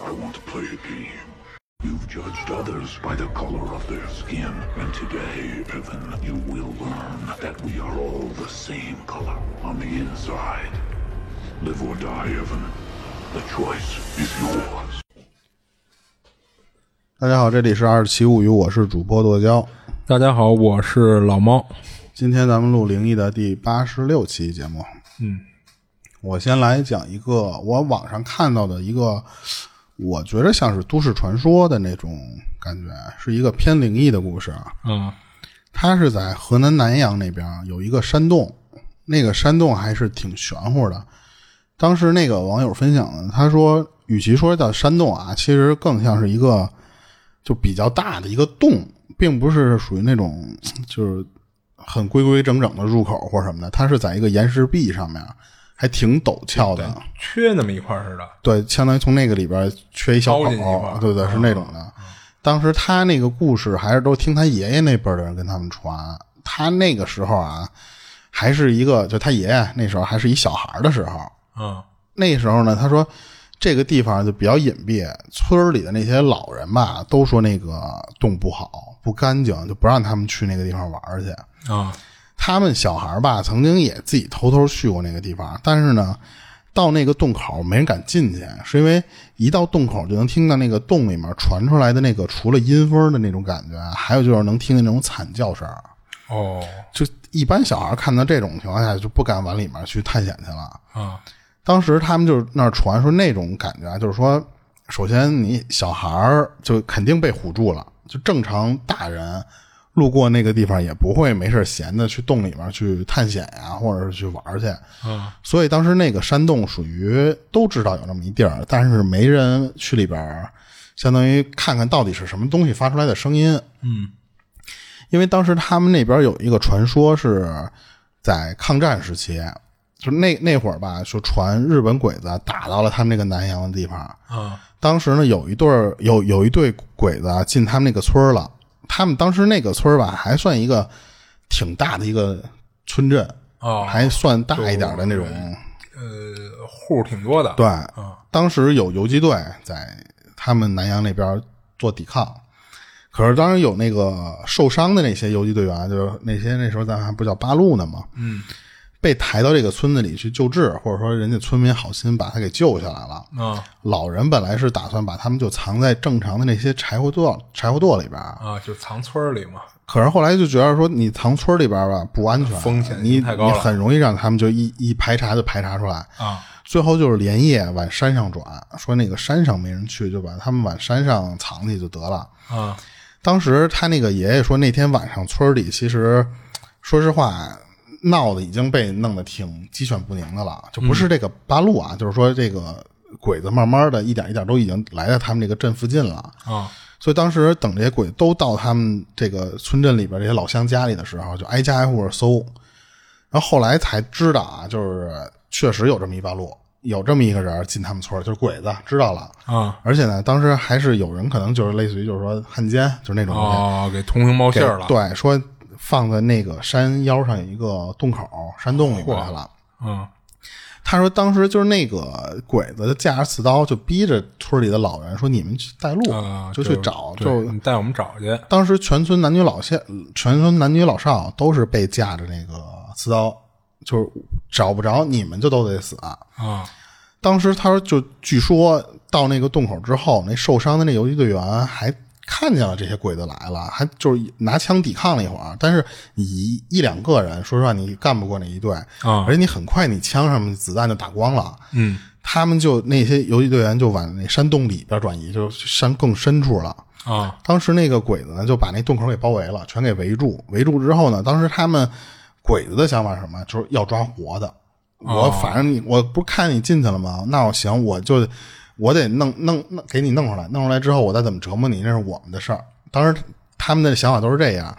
don't play a game. You've judged others by the color of their skin, and today, Evan, you will learn that we are all the same color on the inside. Live or die, Evan. The choice is yours. 大家好，这里是二十七物语，我是主播剁椒。大家好，我是老猫。今天咱们录灵异的第八十六期节目。嗯，我先来讲一个我网上看到的一个，我觉得像是都市传说的那种感觉，是一个偏灵异的故事。啊。啊，它是在河南南阳那边有一个山洞，那个山洞还是挺玄乎的。当时那个网友分享的，他说，与其说叫山洞啊，其实更像是一个就比较大的一个洞，并不是属于那种就是很规规整整的入口或什么的，它是在一个岩石壁上面，还挺陡峭的。缺那么一块儿似的。对，相当于从那个里边缺一小口凹进去啊一块儿儿，对对，是那种的。当时他那个故事还是都听他爷爷那辈儿的人跟他们传，他那个时候啊，还是一个就他爷爷那时候还是一小孩儿的时候，啊，那时候呢，他说这个地方就比较隐蔽，村儿里的那些老人吧，都说那个洞不好，不干净，就不让他们去那个地方玩儿去。啊，他们小孩儿吧，曾经也自己偷偷去过那个地方，但是呢，到那个洞口没人敢进去，是因为一到洞口就能听到那个洞里面传出来的那个除了阴风的那种感觉，还有就是能听见那种惨叫声儿。哦，就一般小孩儿看到这种情况下就不敢往里面去探险去了。啊，当时他们就是那儿传说那种感觉啊，就是说，首先你小孩儿就肯定被唬住了，就正常大人路过那个地方也不会没事儿闲的去洞里面去探险呀、或者是去玩儿去。啊，所以当时那个山洞属于都知道有那么一地儿，但是没人去里边儿，相当于看看到底是什么东西发出来的声音。嗯，因为当时他们那边有一个传说是在抗战时期，就那那会儿吧，就传日本鬼子打到了他们那个南阳的地方。啊，当时呢，有一对儿有有一对鬼子啊进他们那个村儿了。他们当时那个村儿吧，还算一个挺大的一个村镇，哦还算大一点的那种。呃，户儿挺多的。对，嗯当时有游击队在他们南阳那边做抵抗，可是当时有那个受伤的那些游击队员，就是那些那时候咱还不叫八路呢嘛，嗯，被抬到这个村子里去救治，或者说人家村民好心把他给救下来了。啊老人本来是打算把他们就藏在正常的那些柴火垛柴火垛里边，啊，就藏村儿里嘛。可是后来就觉得说你藏村里边吧不安全，风险你太高了你很容易让他们就一一排查就排查出来。啊，最后就是连夜往山上转，说那个山上没人去，就把他们往山上藏起就得了。啊，当时他那个爷爷说，那天晚上村里其实，说实话，闹得已经被弄得挺鸡犬不宁的了，就不是这个八路啊，就是说这个鬼子慢慢的一点一点都已经来到他们这个镇附近了。啊，所以当时等这些鬼都到他们这个村镇里边这些老乡家里的时候，就挨家挨户地搜，然后后来才知道啊，就是确实有这么一八路，有这么一个人进他们村儿，就是鬼子，知道了。 啊，而且呢，当时还是有人可能就是类似于就是说汉奸，就是那种东西哦，给通行报信给儿了。，对，说放在那个山腰上有一个洞口，山洞里边去了。嗯，他说当时就是那个鬼子架着刺刀，就逼着村里的老人说：“你们去带路，啊，就去找，对就你带我们找去。当时全村男女老少，全村男女老少都是被架着那个刺刀，就是找不着你们就都得死、啊，当时他说就据说到那个洞口之后，那受伤的那游击队员还看见了这些鬼子来了，还就是拿枪抵抗了一会儿。但是你一一两个人，说实话你干不过那一队，啊而且你很快你枪上面子弹就打光了。嗯，他们就那些游击队员就往那山洞里边转移，就是山更深处了。啊，当时那个鬼子呢，就把那洞口给包围了，全给围住。围住之后呢，当时他们鬼子的想法是什么？就是要抓活的。我反正你，我不是看你进去了吗？那我行，我就我得弄弄弄，给你弄出来。弄出来之后，我再怎么折磨你，那是我们的事儿。当时他们的想法都是这样，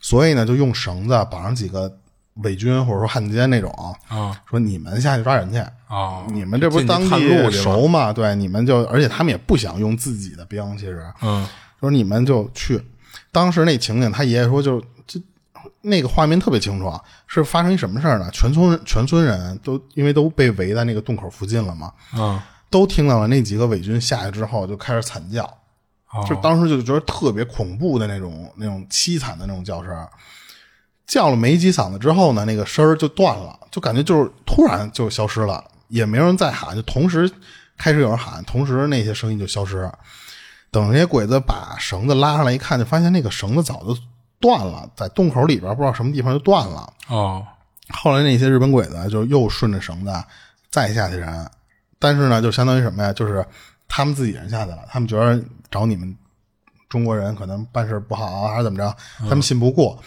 所以呢，就用绳子绑上几个伪军或者说汉奸那种，啊，说你们下去抓人去。啊，你们这不是进去当探路地去吧？熟吗？对，你们就，而且他们也不想用自己的兵，其实，嗯，就是你们就去。当时那情景，他爷爷说就就那个画面特别清楚，啊，是发生一什么事儿呢？全村全村人都因为都被围在那个洞口附近了嘛。啊，都听到了那几个伪军下去之后就开始惨叫，哦就当时就觉得特别恐怖的那种那种凄惨的那种叫声儿。叫了没几嗓子之后呢，那个声儿就断了，就感觉就是突然就消失了，也没有人再喊，就同时开始有人喊，同时那些声音就消失。等这些鬼子把绳子拉上来一看，就发现那个绳子早就断了，在洞口里边不知道什么地方就断了。哦后来那些日本鬼子啊就又顺着绳子啊再下去燃，但是呢，就相当于什么呀？就是他们自己人下去了，他们觉得找你们中国人可能办事不好啊，还是怎么着，他们信不过。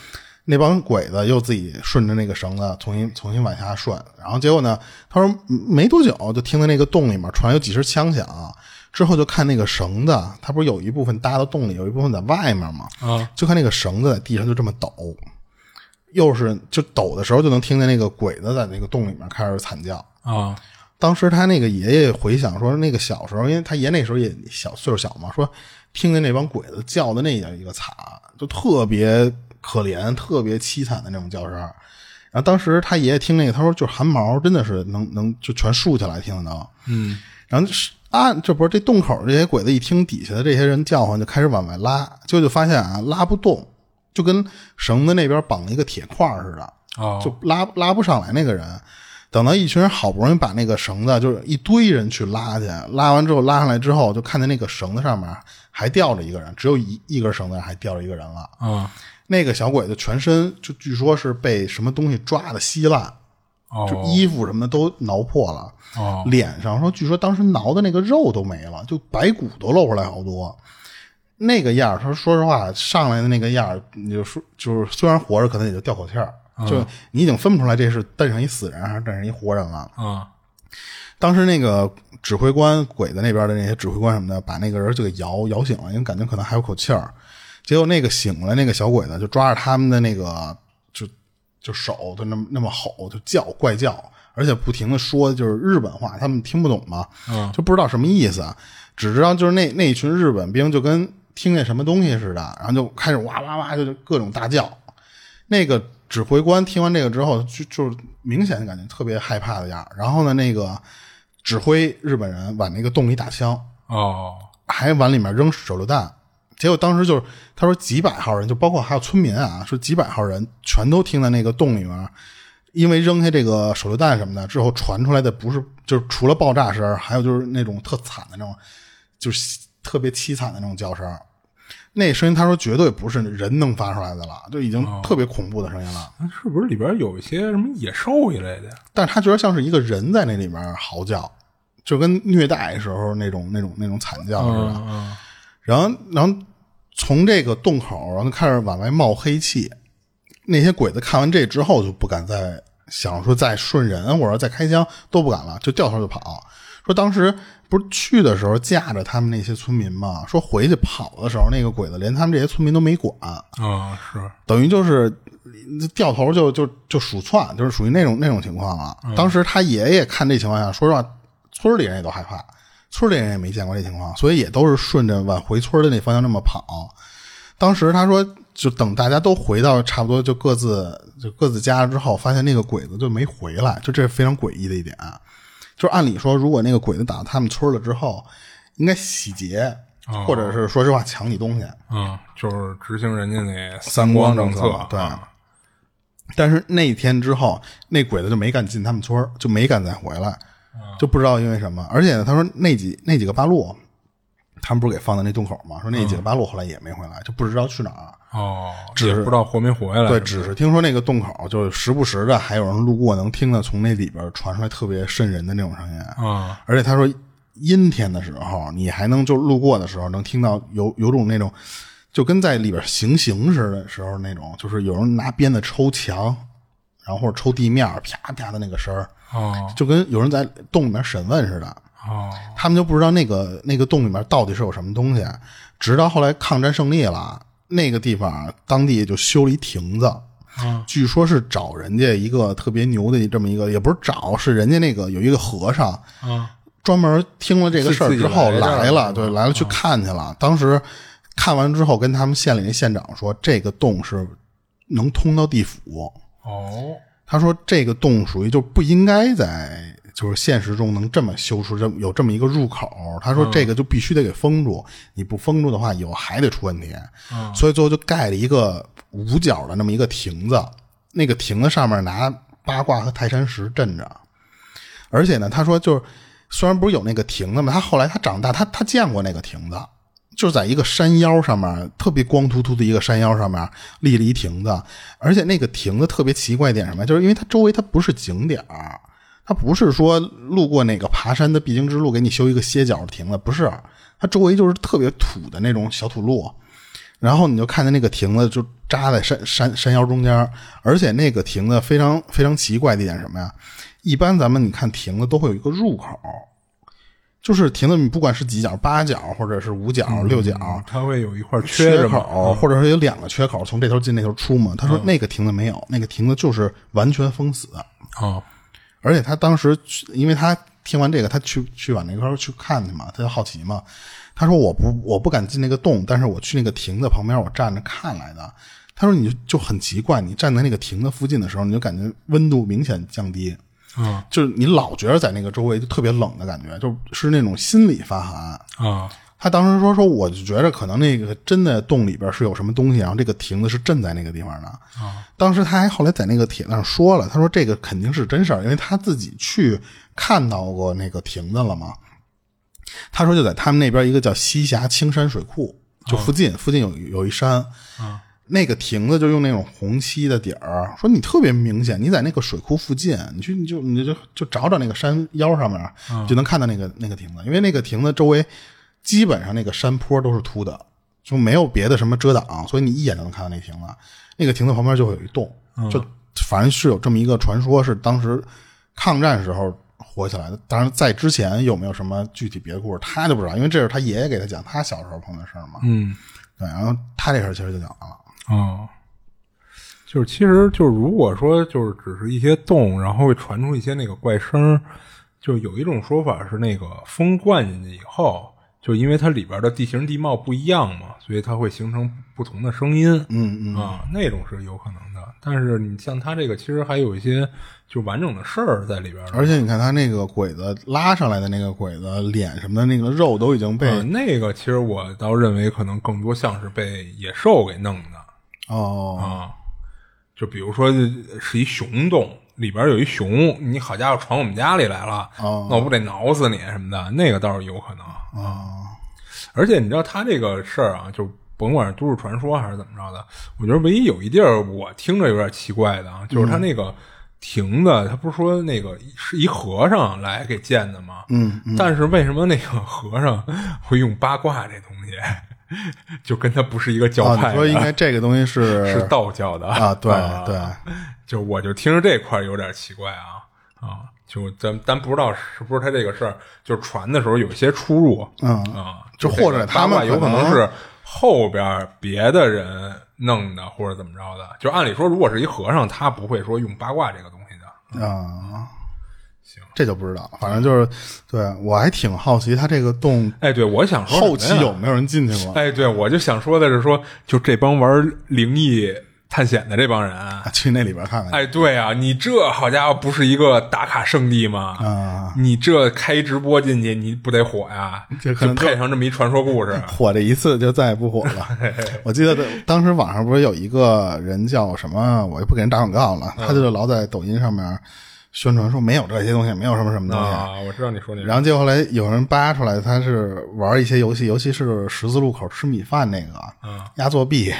那帮鬼子又自己顺着那个绳子重新重新往下顺，然后结果呢，他说嗯没多久就听到那个洞里面传有几声枪响，之后就看那个绳子，啊它不是有一部分搭到洞里，有一部分在外面吗？啊就看那个绳子在地上就这么抖，又是就抖的时候就能听见那个鬼子在那个洞里面开始惨叫。啊当时他那个爷爷回想说，那个小时候，因为他爷那时候也小岁数小嘛，说听见那帮鬼子叫的那叫一个惨，就特别可怜、特别凄惨的那种叫声。啊然后当时他爷爷听那个，他说就是汗毛真的是能能就全竖起来听得到。嗯然后是啊，这不是这洞口这些鬼子一听底下的这些人叫唤，就开始往外拉，结果就发现啊拉不动，就跟绳子那边绑了一个铁块儿似的，哦就拉拉不上来那个人。等到一群人好不容易把那个绳子，就是一堆人去拉去，拉完之后拉上来之后，就看见那个绳子上面还吊着一个人，只有一一根绳子上还吊着一个人了。啊那个小鬼子全身就据说是被什么东西抓的稀烂，哦就衣服什么的都挠破了。哦脸上说，据说当时挠的那个肉都没了，就白骨都露出来好多。那个样儿，他说实话，上来的那个样儿，你就说就是虽然活着，可能也就吊口气儿，就你已经分不出来这是带上一死人还是带上一活人了。啊当时那个指挥官鬼子那边的那些指挥官什么的，把那个人就给摇摇醒了，因为感觉可能还有口气儿。结果那个醒了那个小鬼子就抓着他们的那个就就手就那么那么吼就叫怪叫，而且不停的说就是日本话，他们听不懂嘛，就不知道什么意思，只知道就是那那一群日本兵就跟听见什么东西似的，然后就开始哇哇哇就就各种大叫。那个指挥官听完这个之后，就就是明显感觉特别害怕的样儿。然后呢，那个指挥日本人往那个洞里打枪，哦还往里面扔手榴弹。结果当时就是他说几百号人，就包括还有村民啊，说几百号人全都听在那个洞里面，因为扔下这个手榴弹什么的之后传出来的不是就是除了爆炸声儿，还有就是那种特惨的那种，就是特别凄惨的那种叫声儿。那声音他说绝对不是人能发出来的了，就已经特别恐怖的声音了。那是不是里边有一些什么野兽一类的呀？但是他觉得像是一个人在那里面嚎叫，就跟虐待时候那种那种那种惨叫似的。嗯然后，然后从这个洞口，然后就开始往外冒黑气。那些鬼子看完这之后，就不敢再想说再顺人或者再开枪都不敢了，就掉头就跑。说当时不是去的时候架着他们那些村民嘛，说回去跑的时候，那个鬼子连他们这些村民都没管，啊是等于就是掉头就就就鼠窜，就是属于那种那种情况了。当时他爷爷看这情况下，说实话，村里人也都害怕，村里人也没见过这情况，所以也都是顺着往回村的那方向那么跑。当时他说，就等大家都回到差不多就各自就各自家之后，发现那个鬼子就没回来，就这是非常诡异的一点。啊就是按理说，如果那个鬼子打到他们村了之后，应该洗劫，哦或者是说实话抢你东西。嗯，就是执行人家那三光政三光政策策，对啊但是那天之后，那鬼子就没敢进他们村儿就没敢再回来，啊就不知道因为什么。而且呢，他说那几那几个八路，他们不是给放在那洞口吗？说那几个八路后来也没回来，就不知道去哪儿。哦，也不知道活没活下来，对，只是听说那个洞口就是时不时的还有人路过，能听到从那里边传出来特别瘆人的那种声音。啊而且他说阴天的时候，你还能就路过的时候能听到有有种那种，就跟在里边行刑似的时候那种，就是有人拿鞭子抽墙，然后或者抽地面，啪啪的那个声儿，哦就跟有人在洞里面审问似的。哦他们就不知道那个那个洞里面到底是有什么东西，直到后来抗战胜利了，那个地方当地就修了一亭子，啊据说是找人家一个特别牛的这么一个，也不是找，是人家那个有一个和尚，啊专门听了这个事儿之后自己来来这儿了，了啊对，来了去看去了。当时看完之后，跟他们县里那县长说，这个洞是能通到地府。哦他说这个洞属于就不应该在，就是现实中能这么修出这么有这么一个入口。他说这个就必须得给封住，你不封住的话，以后还得出问题。所以最后就盖了一个五角的那么一个亭子，那个亭子上面拿八卦和泰山石镇着。而且呢，他说就是虽然不是有那个亭子嘛，他后来他长大，他他见过那个亭子，就是在一个山腰上面，特别光秃秃的一个山腰上面立了一亭子，而且那个亭子特别奇怪一点什么，就是因为它周围它不是景点儿。它不是说路过哪个爬山的必经之路给你修一个歇脚的亭子，不是，它周围就是特别土的那种小土路，然后你就看见那个亭子就扎在山山山腰中间，而且那个亭子非常非常奇怪的一点是什么呀？一般咱们你看亭子都会有一个入口，就是亭子你不管是几角、八角或者是五角、六角，它会有一块嗯缺缺着口，嘛，嗯或者说有两个缺口，从这头进那头出嘛。他说那个亭子没有，那个亭子就是完全封死。啊，而且他当时去，因为他听完这个，他去去往那块儿去看去嘛，他就好奇嘛。他说：“我不，我不敢进那个洞，但是我去那个亭子旁边，我站着看来的。”他说：“你就就很奇怪，你站在那个亭子附近的时候，你就感觉温度明显降低，啊就是你老觉得在那个周围就特别冷的感觉，就是那种心里发寒。”啊他当时说说，我就觉着可能那个真的洞里边是有什么东西，然后这个亭子是镇在那个地方的。当时他还后来在那个帖子上说了，他说这个肯定是真事儿，因为他自己去看到过那个亭子了嘛。他说就在他们那边一个叫西峡青山水库，就附近、附近有有一山，那个亭子就用那种红漆的底儿，说你特别明显，你在那个水库附近，你去你就你就就找找那个山腰上面，就能看到那个那个亭子，因为那个亭子周围基本上那个山坡都是秃的，就没有别的什么遮挡，所以你一眼就能看到那亭子。那个亭子旁边就会有一洞，就反正是有这么一个传说，是当时抗战时候火起来的。当然，在之前有没有什么具体别的故事，他就不知道，因为这是他爷爷给他讲他小时候碰的事儿嘛。嗯对，然后他这事儿其实就讲完了。啊，就是其实就是如果说就是只是一些洞，然后会传出一些那个怪声儿，就有一种说法是那个风灌进去以后，就因为它里边的地形地貌不一样嘛，所以它会形成不同的声音。嗯嗯，啊，那种是有可能的，但是你像它这个，其实还有一些就完整的事儿在里边儿的，而且你看他那个鬼子拉上来的那个鬼子脸什么的，那个肉都已经被、呃那个其实我倒认为可能更多像是被野兽给弄的哦，啊，就比如说是一熊洞，里边有一熊，你好家伙闯我们家里来了，哦那我不得挠死你什么的，那个倒是有可能啊。哦而且你知道他这个事儿啊，就甭管是都市传说还是怎么着的，我觉得唯一有一地儿我听着有点奇怪的啊，就是嗯他那个亭子，他不是说那个是一和尚来给建的吗？嗯，但是为什么那个和尚会用八卦这东西？ 就跟他不是一个教哦，派的、你说应该这个东西是 是道教的 啊？对对，就我就听着这块儿有点奇怪啊啊，就咱咱不知道是不是他这个事儿，就是传的时候有些出入，嗯啊，就这个或者他们八卦有可可能能是后边儿别的人弄的，或者怎么着的。就按理说，如果是一和尚，他不会说用八卦这个东西的。啊，嗯行，这就不知道了，反正就是，对我还挺好奇他这个洞哎，对，我想说后什期么呀有没有人进去过。哎，对，我就想说的是说，就这帮玩灵异探险的这帮人，啊去那里边看看。 哎，对啊，你这好家伙，不是一个打卡圣地吗？啊，你这开直播进去，你不得火呀？这就可能就配上这么一传 说故事火这一次就再也不火 了。我记得当时网上不是有一个人叫什么，我就不给人打广告嗯了，他就老在抖音上面宣传说没有这些东西，没有什么什么东西。啊！我知道你说那个然后结果后来有人扒出来，他是玩一些游戏，尤其是十字路口吃米饭那个，啊嗯压作弊，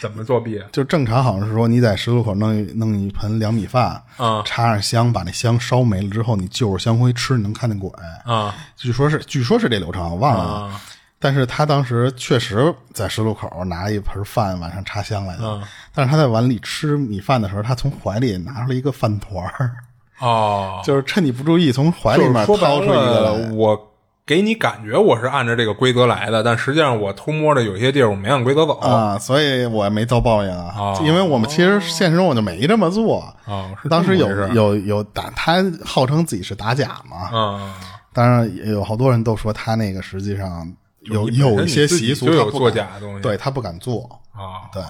怎么作弊啊？就正常好像是说你在十字路口弄一弄一盆凉米饭，啊插上香，把那香烧没了之后，你就着香灰吃，你能看见鬼。啊据说是，据说是这流程，我忘了。啊但是他当时确实在十字路口拿了一盆饭往上插香来的，嗯但是他在碗里吃米饭的时候，他从怀里拿出了一个饭团儿，哦！就是趁你不注意从怀里就是面说白掏出一个了，来。我给你感觉我是按照这个规则来的，但实际上我偷摸着有些地儿我没按规则走啊。啊，所以我没遭报应啊，哦因为我们其实现实中我就没这么做。哦是这么当时有回事有有打，他号称自己是打假嘛，嗯，当然也有好多人都说他那个实际上有就你本身有一些你自己习俗就有他不作敢假的东西对他不敢做，啊，对，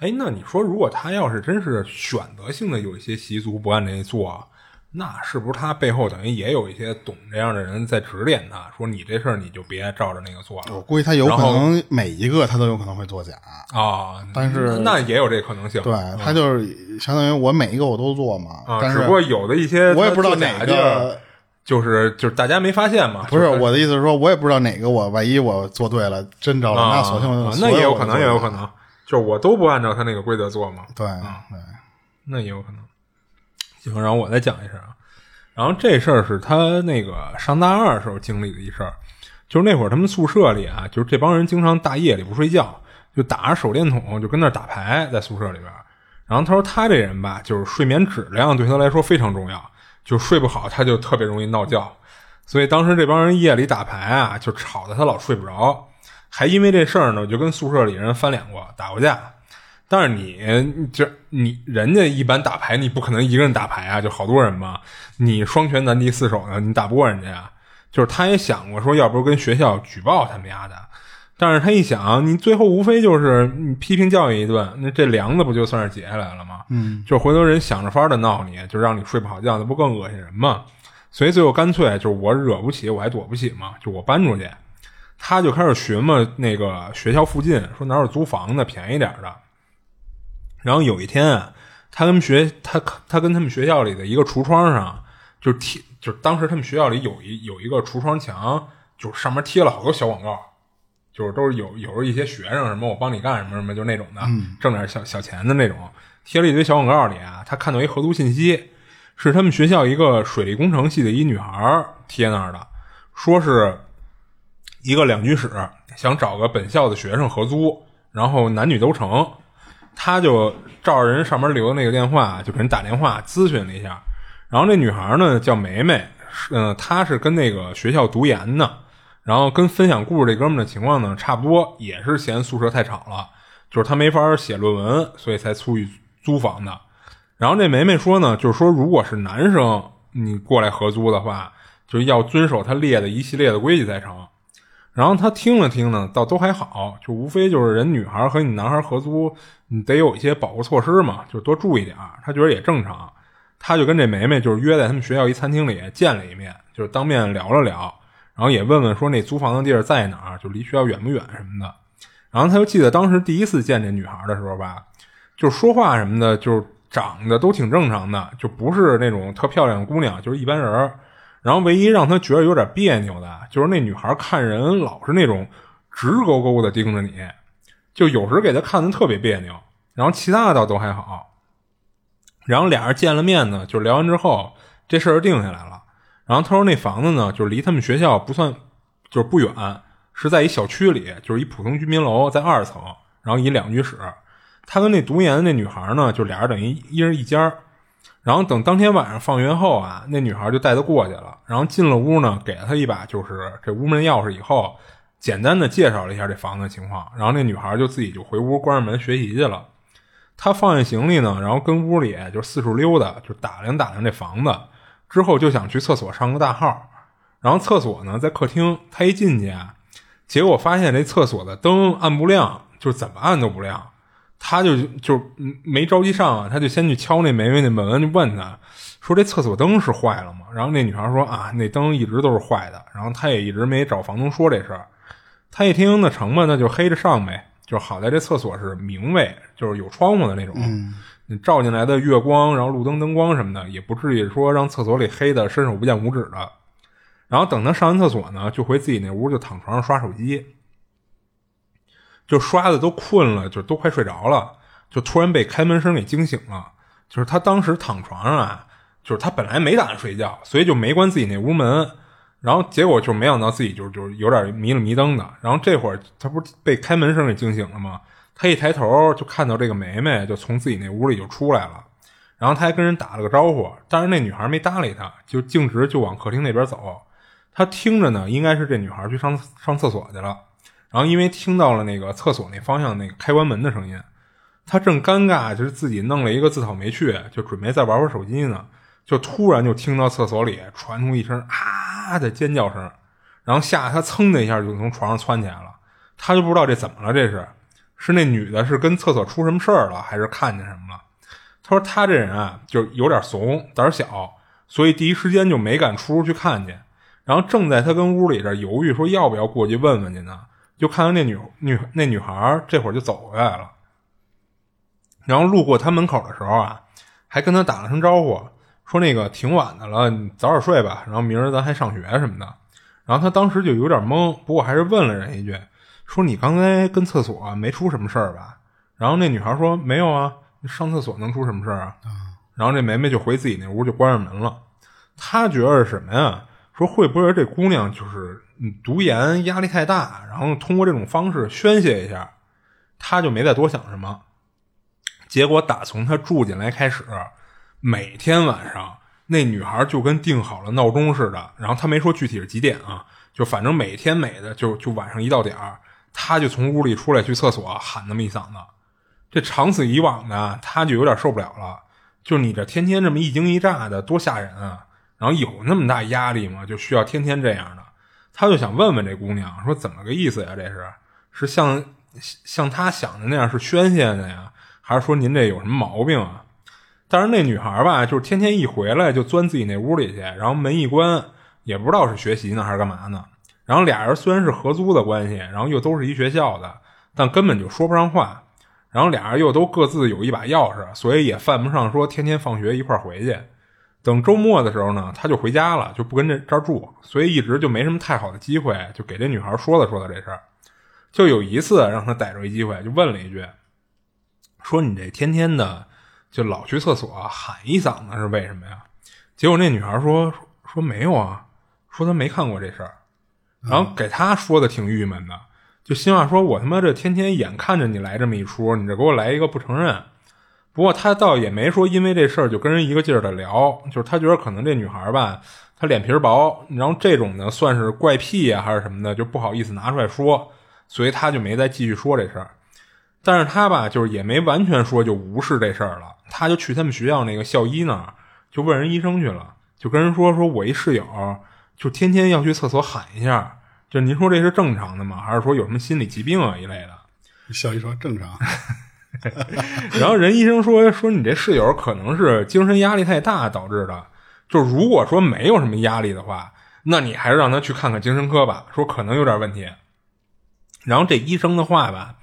哎，那你说，如果他要是真是选择性的有一些习俗不按这做，那是不是他背后等于也有一些懂这样的人在指点他，说你这事儿你就别照着那个做我了估计他有可然后能每一个他都有可能会作假，啊？但是那那也有这可能性，对他就是相当于我每一个我都做嘛，嗯啊，但只是不过有的一些我也不知道他做假哪劲儿个，就是就是大家没发现嘛，啊不是就是我的意思是说，我也不知道哪个我万一我做对了，真着了，啊，那索性啊所那我也有都可能，做也有了可能，就是我都不按照他那个规则做嘛，对对那也有可能。行，然后我再讲一声啊。然后这事儿是他那个上大二的时候经历的一事儿，就是那会儿他们宿舍里啊，就是这帮人经常大夜里不睡觉，就打着手电筒就跟那儿打牌，在宿舍里边儿。然后他说他这人吧，就是睡眠质量对他来说非常重要，就睡不好他就特别容易闹觉，所以当时这帮人夜里打牌啊，就吵得他老睡不着，还因为这事儿呢，就跟宿舍里人翻脸过，打过架。但是你这你人家一般打牌，你不可能一个人打牌啊，就好多人嘛。你双拳难敌四手呢，你打不过人家呀。就是他也想过说，要不跟学校举报他们丫的，但是他一想，你最后无非就是你批评教育一顿，那这梁子不就算是结下来了吗？嗯，就回头人想着法儿的闹你，就让你睡不好觉，那不更恶心人吗？所以最后干脆就是我惹不起，我还躲不起嘛，就我搬出去。他就开始寻摸那个学校附近，说哪有租房的便宜点儿的。然后有一天啊，他跟学他他跟他们学校里的一个橱窗上，就是贴，就是当时他们学校里有一有一个橱窗墙，就是上面贴了好多小广告，就是都是有有一些学生什么我帮你干什么什么，就那种的，挣点小小钱的那种，贴了一堆小广告里啊，他看到一合租信息，是他们学校一个水利工程系的一女孩儿贴那儿的，说是一个两居室，想找个本校的学生合租，然后男女都成。他就照着人上面留的那个电话，就给人打电话咨询了一下。然后那女孩呢叫梅梅，是嗯、她是跟那个学校读研呢，然后跟分享故事这哥们儿的情况呢差不多，也是嫌宿舍太吵了，就是他没法写论文，所以才出去租房的。然后这梅梅说呢，就是说如果是男生你过来合租的话，就要遵守他列的一系列的规矩才成。然后他听了听呢，倒都还好，就无非就是人女孩和你男孩合租，你得有一些保护措施嘛，就多注意点儿。他觉得也正常，他就跟这梅梅就是约在他们学校一餐厅里见了一面，就是当面聊了聊，然后也问问说那租房的地儿在哪儿，就离学校远不远什么的。然后他就记得当时第一次见这女孩的时候吧，就是说话什么的，就是长得都挺正常的，就不是那种特漂亮的姑娘，就是一般人儿。然后唯一让他觉得有点别扭的，啊就是那女孩看人老是那种直勾勾的盯着你，就有时给他看的特别别扭。然后其他的倒都还好。然后俩人见了面呢，就聊完之后，这事儿就定下来了。然后他说那房子呢，就是离他们学校不算，就是不远，是在一小区里，就是一普通居民楼，在二层，然后一两居室。他跟那读研的那女孩呢，就俩人等于一人一间儿。然后等当天晚上放学后啊，那女孩就带他过去了。然后进了屋呢，给了他一把就是这屋门钥匙以后，简单的介绍了一下这房子的情况。然后那女孩就自己就回屋关上门学习去了。他放下行李呢，然后跟屋里就四处溜达，就打量打量这房子。之后就想去厕所上个大号，然后厕所呢在客厅。他一进去啊，结果发现这厕所的灯按不亮，就怎么按都不亮。他就就嗯没着急上啊，他就先去敲那梅梅那门，就问她说这厕所灯是坏了吗？然后那女孩说啊，那灯一直都是坏的。然后他也一直没找房东说这事儿。他一听那成吧，那就黑着上呗。就好在这厕所是明卫，就是有窗户的那种，你照进来的月光，然后路灯灯光什么的，也不至于说让厕所里黑的伸手不见五指的。然后等他上完厕所呢，就回自己那屋就躺床上刷手机，就刷的都困了，就都快睡着了，就突然被开门声给惊醒了。就是他当时躺床上啊，就是他本来没打算睡觉，所以就没关自己那屋门，然后结果就没想到自己就就有点迷了迷瞪的。然后这会儿他不是被开门声给惊醒了吗？他一抬头就看到这个梅梅就从自己那屋里就出来了，然后他还跟人打了个招呼，但是那女孩没搭理他，就径直就往客厅那边走。他听着呢，应该是这女孩去上上厕所去了，然后因为听到了那个厕所那方向那个开关门的声音，他正尴尬，就是自己弄了一个自讨没趣，就准备再玩会儿手机呢，就突然就听到厕所里传出一声啊的尖叫声，然后吓得他噌的一下就从床上窜起来了，他就不知道这怎么了，这是是那女的是跟厕所出什么事儿了，还是看见什么了？他说他这人啊，就是有点怂，胆儿小，所以第一时间就没敢出屋去看去。然后正在他跟屋里这儿犹豫说要不要过去问问去呢，就看到那女女那女孩儿这会儿就走回来了。然后路过他门口的时候啊，还跟他打了声招呼，说那个挺晚的了，你早点睡吧，然后明儿咱还上学什么的。然后他当时就有点懵，不过还是问了人一句，说你刚才跟厕所、没出什么事儿吧？然后那女孩说没有啊，上厕所能出什么事儿啊？然后这梅梅就回自己那屋就关上门了。他觉得是什么呀？说会不会这姑娘就是嗯读研压力太大，然后通过这种方式宣泄一下？他就没再多想什么。结果打从他住进来开始，每天晚上那女孩就跟定好了闹钟似的，然后他没说具体是几点啊，就反正每天每的就就晚上一到点儿，他就从屋里出来去厕所喊那么一嗓子。这长此以往呢，他就有点受不了了。就你这天天这么一惊一乍的，多吓人啊！然后有那么大压力吗？就需要天天这样的？他就想问问这姑娘，说怎么个意思呀？这是是像像他想的那样是宣泄的呀，还是说您这有什么毛病啊？但是那女孩吧，就是天天一回来就钻自己那屋里去，然后门一关，也不知道是学习呢还是干嘛呢。然后俩人虽然是合租的关系，然后又都是一学校的，但根本就说不上话。然后俩人又都各自有一把钥匙，所以也犯不上说天天放学一块儿回去。等周末的时候呢，他就回家了，就不跟这这儿住，所以一直就没什么太好的机会，就给这女孩说了说了这事儿。就有一次让他逮着一机会，就问了一句，说你这天天的就老去厕所喊一嗓子是为什么呀？结果那女孩说说没有啊，说她没看过这事儿，然后给他说的挺郁闷的，就心话说我他妈这天天眼看着你来这么一出，你这给我来一个不承认。不过他倒也没说因为这事儿就跟人一个劲儿的聊，就是他觉得可能这女孩儿吧，她脸皮儿薄，然后这种呢算是怪癖呀、还是什么的，就不好意思拿出来说，所以他就没再继续说这事儿。但是他吧，就是也没完全说就无视这事儿了，他就去他们学校那个校医那儿，就问人医生去了，就跟人说说我一室友就天天要去厕所喊一下，就您说这是正常的吗？还是说有什么心理疾病啊一类的？小姨说正 常，然后人医生说说你这室友可能是精神压力太大导致的，就如果说没有什么压力的话，那你还是让他去看看精神科吧，说可能有点问题。然后这医生的话吧，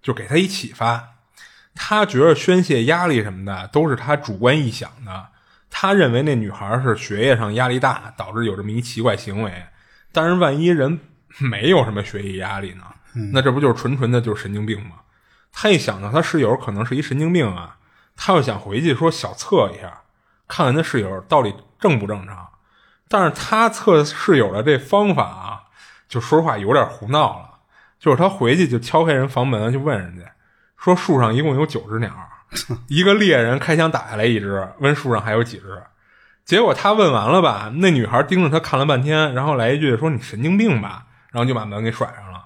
就给他一启发，他觉得宣泄压力什么的都是他主观臆想的，他认为那女孩是学业上压力大导致有这么一奇怪行为，但是万一人没有什么学业压力呢？那这不就是纯纯的就是神经病吗？他一想到他室友可能是一神经病啊，他又想回去说小测一下，看看他室友到底正不正常。但是他测室友的这方法啊，就说实话有点胡闹了。就是他回去就敲开人房门，就问人家说树上一共有九只鸟，一个猎人开枪打下来一只，问树上还有几只。结果他问完了吧，那女孩盯着他看了半天，然后来一句说你神经病吧，然后就把门给甩上了。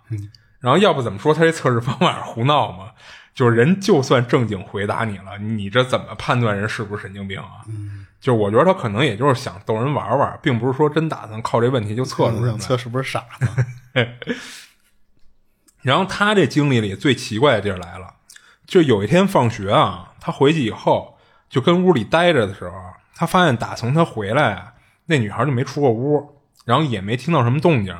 然后要不怎么说他这测试方法是胡闹嘛？就是人就算正经回答你了，你这怎么判断人是不是神经病啊？就是我觉得他可能也就是想逗人玩玩，并不是说真打算靠这问题就测出我来想。测是不是傻 子？然后他这经历里最奇怪的地儿来了，就有一天放学啊，他回去以后就跟屋里待着的时候，他发现打从他回来啊，那女孩就没出过屋，然后也没听到什么动静。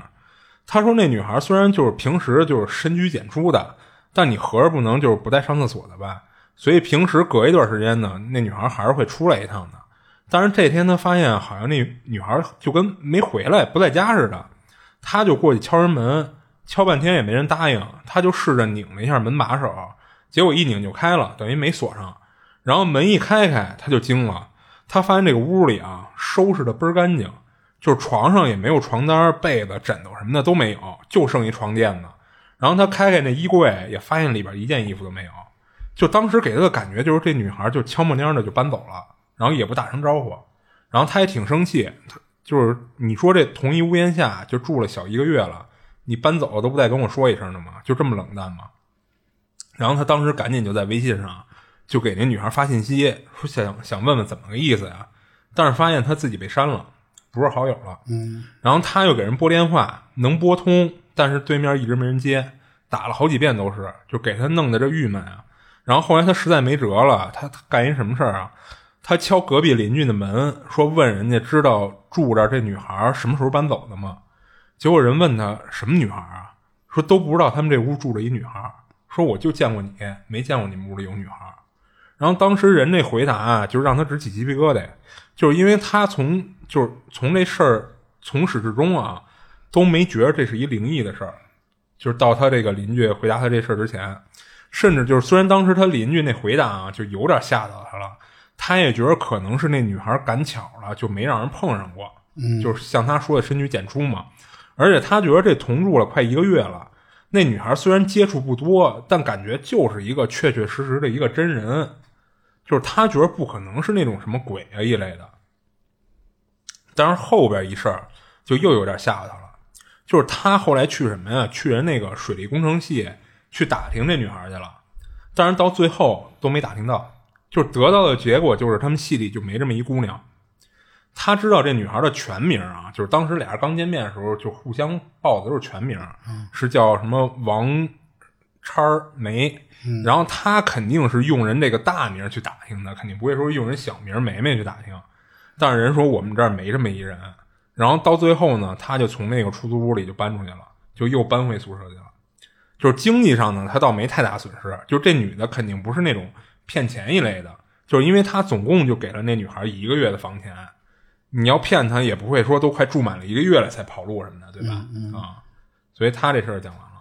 他说那女孩虽然就是平时就是深居简出的，但你合着不能就是不带上厕所的吧？所以平时隔一段时间呢，那女孩还是会出来一趟的。但是这天他发现好像那女孩就跟没回来、不在家似的，他就过去敲人门，敲半天也没人答应，他就试着拧了一下门把手，结果一拧就开了，等于没锁上。然后门一开开，他就惊了，他发现这个屋里啊收拾的倍儿干净，就是床上也没有床单、被子、枕头什么的都没有，就剩一床垫子。然后他开开那衣柜，也发现里边一件衣服都没有。就当时给他的感觉就是这女孩就悄摸蔫的就搬走了，然后也不打声招呼，然后他也挺生气，他就是你说这同一屋檐下就住了小一个月了，你搬走都不带跟我说一声的吗？就这么冷淡吗？然后他当时赶紧就在微信上就给那女孩发信息，说想想问问怎么个意思呀？但是发现他自己被删了，不是好友了。嗯，然后他又给人拨电话，能拨通，但是对面一直没人接，打了好几遍都是，就给他弄得这郁闷啊。然后后来他实在没辙了，他他干一什么事儿啊？他敲隔壁邻居的门，说问人家知道住这儿这女孩儿什么时候搬走的吗？结果人问他什么女孩儿啊？说都不知道他们这屋住着一女孩儿，说我就见过你，没见过你们屋里有女孩儿。然后当时人这回答啊，就是让他直起鸡皮疙瘩，就是因为他从就是从这事儿从始至终啊都没觉得这是一灵异的事儿，就是到他这个邻居回答他这事儿之前，甚至就是虽然当时他邻居那回答啊就有点吓到他了，他也觉得可能是那女孩赶巧了，就没让人碰上过，嗯，就是像他说的深居简出嘛。而且他觉得这同住了快一个月了，那女孩虽然接触不多，但感觉就是一个确确实实的一个真人，就是他觉得不可能是那种什么鬼啊一类的。但是后边一事儿就又有点吓他了，就是他后来去什么呀？去人那个水利工程系去打听这女孩去了，但是到最后都没打听到，就是得到的结果就是他们系里就没这么一姑娘。他知道这女孩的全名啊，就是当时俩人刚见面的时候就互相报的都是全名，是叫什么王叉儿梅。然后他肯定是用人这个大名去打听的，肯定不会说用人小名梅梅去打听。但是人说我们这儿没这么一人。然后到最后呢，他就从那个出租屋里就搬出去了，就又搬回宿舍去了。就是经济上呢，他倒没太大损失。就是这女的肯定不是那种骗钱一类的，就是因为他总共就给了那女孩一个月的房钱，你要骗她也不会说都快住满了一个月了才跑路什么的，对吧？嗯啊，所以他这事儿讲完了，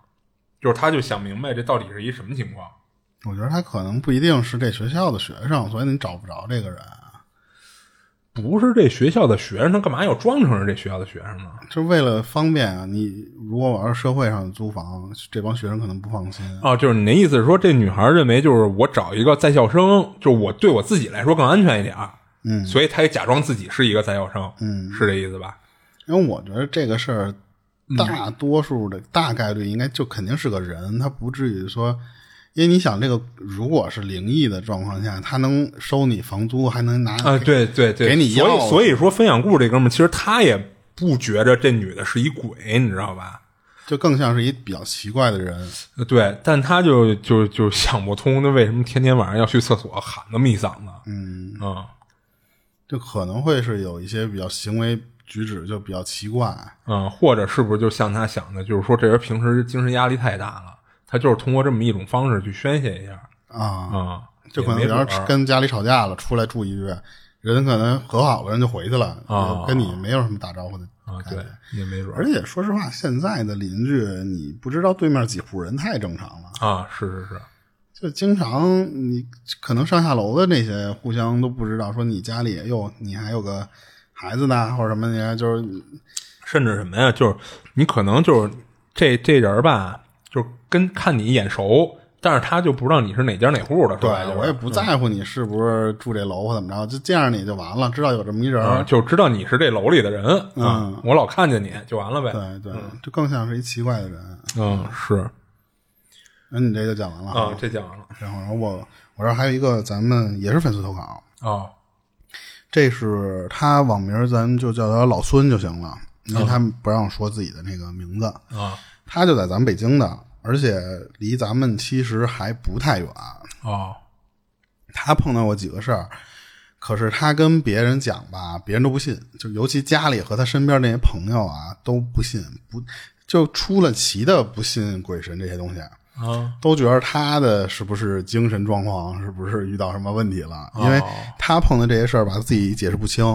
就是他就想明白这到底是一什么情况。我觉得他可能不一定是这学校的学生，所以你找不着这个人。啊不是这学校的学生，他干嘛要装成是这学校的学生呢？就为了方便啊，你如果我要是社会上租房，这帮学生可能不放心。哦，就是你的意思是说，这女孩认为就是我找一个在校生，就是我对我自己来说更安全一点儿，嗯所以她也假装自己是一个在校生，嗯是这意思吧？因为我觉得这个事儿，大多数的、大概率应该就肯定是个人，他不至于说，因为你想这个如果是灵异的状况下，他能收你房租，还能拿啊，对对对，给你所钥匙以所以说分享故事这哥们儿，其实他也不觉着这女的是一鬼，你知道吧？就更像是一比较奇怪的人。呃对，但他就就就想不通，那为什么天天晚上要去厕所喊那么一嗓子？嗯啊就可能会是有一些比较行为举止就比较奇怪，啊嗯，或者是不是就像他想的，就是说这人平时精神压力太大了，他就是通过这么一种方式去宣泄一下啊，啊，就可能也比没准方儿跟家里吵架了，出来住一月，人可能和好了，人就回去了，啊跟你没有什么打招呼的啊，感觉对，也没准儿而且说实话，现在的邻居你不知道对面几户人太正常了，啊，是是是，就经常你可能上下楼的那些互相都不知道，说你家里哟你还有个孩子呢，或者什么的，就是甚至什么呀，就是你可能就是这这人儿吧，就跟看你眼熟，但是他就不知道你是哪家哪户的，是对吧？嗯就是我也不在乎你是不是住这楼或怎么着，就见着你就完了，知道有这么一人儿，啊，就知道你是这楼里的人啊嗯，我老看见你就完了呗。对对，就更像是一奇怪的人。嗯，是那你这就讲完了啊，这讲完了然后，然后我我这儿还有一个，咱们也是粉丝投稿，啊这是他网名，咱们就叫他老孙就行了，因为他们不让说自己的那个名字。啊他就在咱们北京的，而且离咱们其实还不太远。啊他碰到过几个事儿，可是他跟别人讲吧，别人都不信，就尤其家里和他身边那些朋友啊都不信，不就出了奇的不信鬼神这些东西。啊都觉得他的是不是精神状况是不是遇到什么问题了？因为他碰的这些事儿吧，自己解释不清，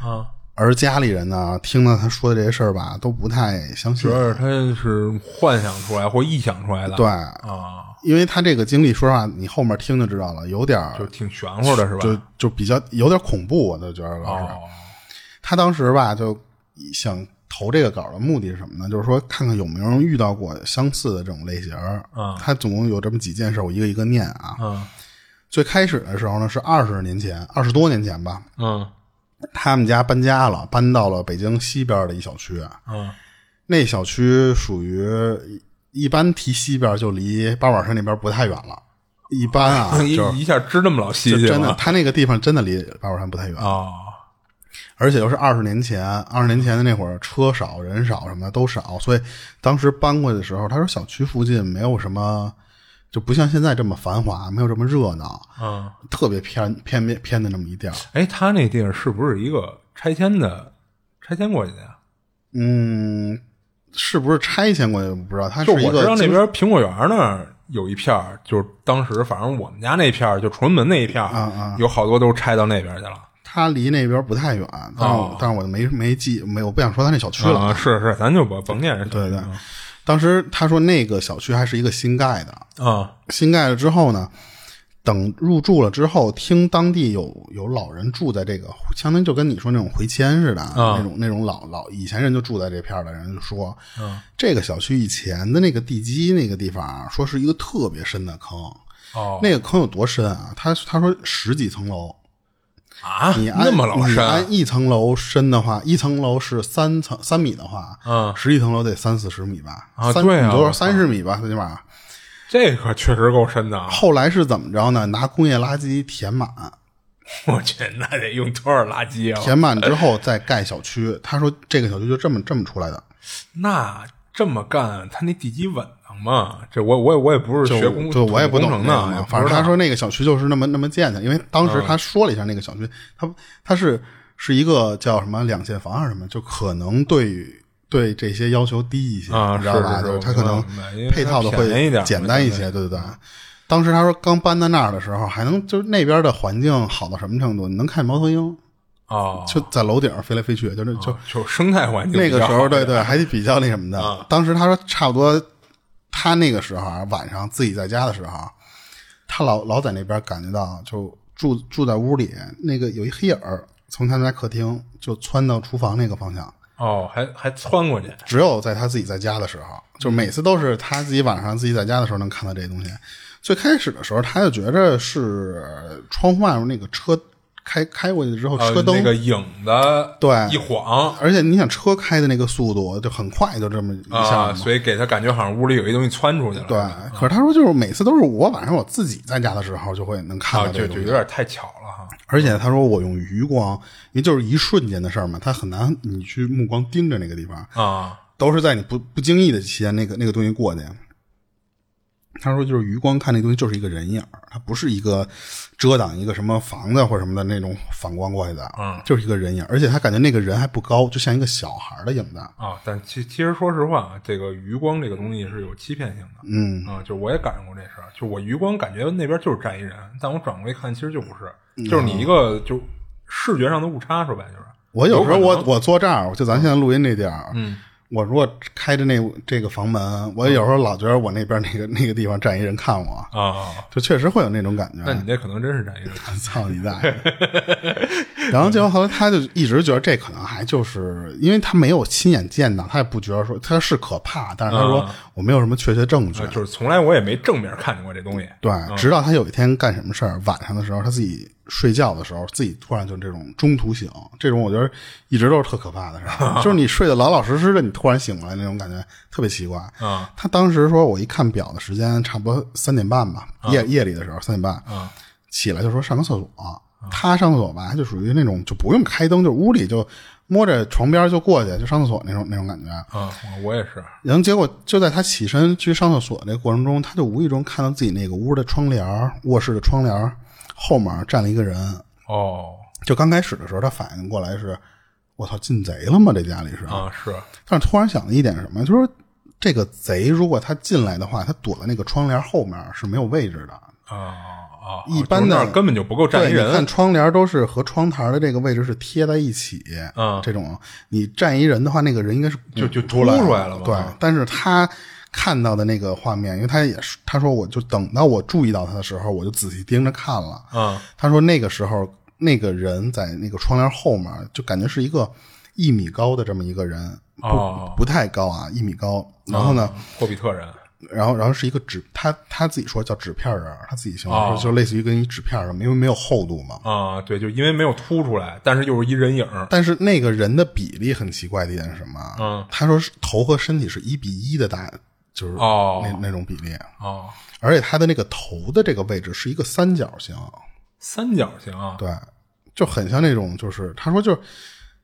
啊！而家里人呢，听到他说的这些事儿吧，都不太相觉信。得他是幻想出来或臆想出来的，对，啊，因为他这个经历，说实话，你后面听就知道了，有点儿就挺玄乎的是吧？就就比较有点恐怖，我就觉得老是。哦他当时吧，就想投这个稿的目的是什么呢？就是说看看有没有人遇到过相似的这种类型儿。嗯他总共有这么几件事，我一个一个念啊。嗯最开始的时候呢，是二十年前，二十多年前吧，嗯 他们家搬家了，搬到了北京西边的一小区。嗯那小区属于一般提西边就离八宝山那边不太远了，一般啊， 一就是一下支那么老细就去真的，了他那个地方真的离八宝山不太远，啊而且又是二十年前，二十年前的那会儿车少人少什么的都少，所以当时搬过去的时候，他说小区附近没有什么。就不像现在这么繁华，没有这么热闹，嗯，特别偏偏偏偏的那么一地儿。哎，他那地儿是不是一个拆迁的，拆迁过去的呀？嗯，是不是拆迁过去我不知道，它是就一我个知道那经边苹果园那儿有一片儿，就是当时反正我们家那片儿，就崇文门那一片儿，啊有好多都拆到那边去了。它离那边不太远，但是我、哦但是我没没记，没我不想说它那小区了。啊，嗯是是，咱就甭甭念这。对对，当时他说那个小区还是一个新盖的，啊新盖了之后呢，等入住了之后，听当地有有老人住在这个，相当于就跟你说那种回迁似的，啊啊那种那种老老以前人就住在这片儿的人就说，啊这个小区以前的那个地基那个地方，啊说是一个特别深的坑，哦那个坑有多深啊？他他说十几层楼。啊，你按那么老你深啊按一层楼深的话，一层楼是三层三米的话，嗯十一层楼得三四十米吧？啊三对啊多我少操三十米吧，最起码。这可确实够深 的啊！后来是怎么着呢？拿工业垃圾填满，我去，那得用多少垃圾啊？填满之后再盖小区。他说这个小区就这么这么出来的。那这么干，他那地基稳当吗？这我我也我也不是就学工，对我也不工懂程这个的，也嘛不知反正他道嗯说那个小区就是那么那么建的，因为当时他说了一下那个小区，他他是是一个叫什么两线房啊还是什么，就可能对于对这些要求低一些，啊你知道是吧？是就是是他我可明白能明白因为配套的它便宜会点简单一嘛些，对对对。当时他说刚搬到那儿的时候，还能就是那边的环境好到什么程度？你能看猫头鹰哦，就在楼顶上飞来飞去，就那就就生态环境那个比较时候，好啊对对，还比较那什么的。当时他说，差不多，他那个时候啊，晚上自己在家的时候，啊他老老在那边感觉到，就住住在屋里，那个有一黑影儿从他们家客厅就窜到厨房那个方向。哦，还还窜过去，只有在他自己在家的时候，就每次都是他自己晚上自己在家的时候能看到这些东西。最开始的时候，他就觉着是窗户外面那个车开开过去之后，呃车灯、那个影子对一晃而且你想车开的那个速度就很快，就这么一下嘛、啊，所以给他感觉好像屋里有一东西窜出去了，啊对，可是他说就是每次都是我晚上我自己在家的时候就会能看啊，到这就个就东西有点太巧了哈。而且他说我用余光，也就是一瞬间的事儿嘛，他很难你去目光盯着那个地方，啊，都是在你不不经意的期间，那个那个东西过去。他说就是余光看那东西就是一个人影儿，它不是一个遮挡一个什么房子或什么的那种反光过去的，嗯就是一个人影儿，而且他感觉那个人还不高，就像一个小孩儿的影子，啊，但其其实说实话啊，这个余光这个东西是有欺骗性的。嗯啊，就我也赶上过这事儿，就我余光感觉那边就是站一人，但我转过一看，其实就不嗯是，就是你一个就视觉上的误差，说白了就是。我有时候可我能我坐这儿，就咱现在录音这地儿，嗯，我如果开着那这个房门，我有时候老觉得我那边那个那个地方站一人看我，啊，就确实会有那种感那觉。你这可能真是站一人。 操你大爷！然后结果后来他就一直觉得这可能还就是因为他没有亲眼见到，他也不觉得说他是可怕，但是他说啊我没有什么确切证据啊，就是从来我也没正面看见过这东西。对，直到他有一天干什么事儿，晚上的时候他自己睡觉的时候，自己突然就这种中途醒，这种我觉得一直都是特可怕的事儿，就是你睡得老老实实的，你突然醒过来那种感觉特别奇怪。啊他当时说，我一看表的时间，差不多三点半吧，夜夜里的时候三点半，啊起来就说上个厕所。他上厕所吧，就属于那种就不用开灯，就屋里就摸着床边就过去就上厕所那种那种感觉。啊，我我也是。然后结果就在他起身去上厕所这个过程中，他就无意中看到自己那个屋的窗帘儿，卧室的窗帘儿后面站了一个人。哦就刚开始的时候，他反应过来是，我操，进贼了吗？这家里是。啊，是但是突然想了一点什么，就是说这个贼如果他进来的话，他躲在那个窗帘后面是没有位置的。啊啊，一般的就是那儿根本就不够站对，一你看人。窗帘都是和窗台的这个位置是贴在一起，嗯这种你站一人的话，那个人应该是就就出凸出来来了嘛对嗯，但是他看到的那个画面，因为他也是他说我就等到我注意到他的时候，我就仔细盯着看了。嗯他说那个时候那个人在那个窗帘后面，就感觉是一个一米高的这么一个人，不、哦不太高啊，一米高。然后呢，霍比特人然后然后是一个纸，他他自己说叫纸片人儿，他自己形容哦说就类似于跟一纸片儿什么，因为没有厚度嘛。啊，对，就因为没有凸出来，但是又是一人影儿但是那个人的比例很奇怪的一点是什么？啊嗯，他说是头和身体是一比一的大，就是那、哦那种比例，啊哦，而且他的那个头的这个位置是一个三角形，三角形啊。对，就很像那种就是他说就是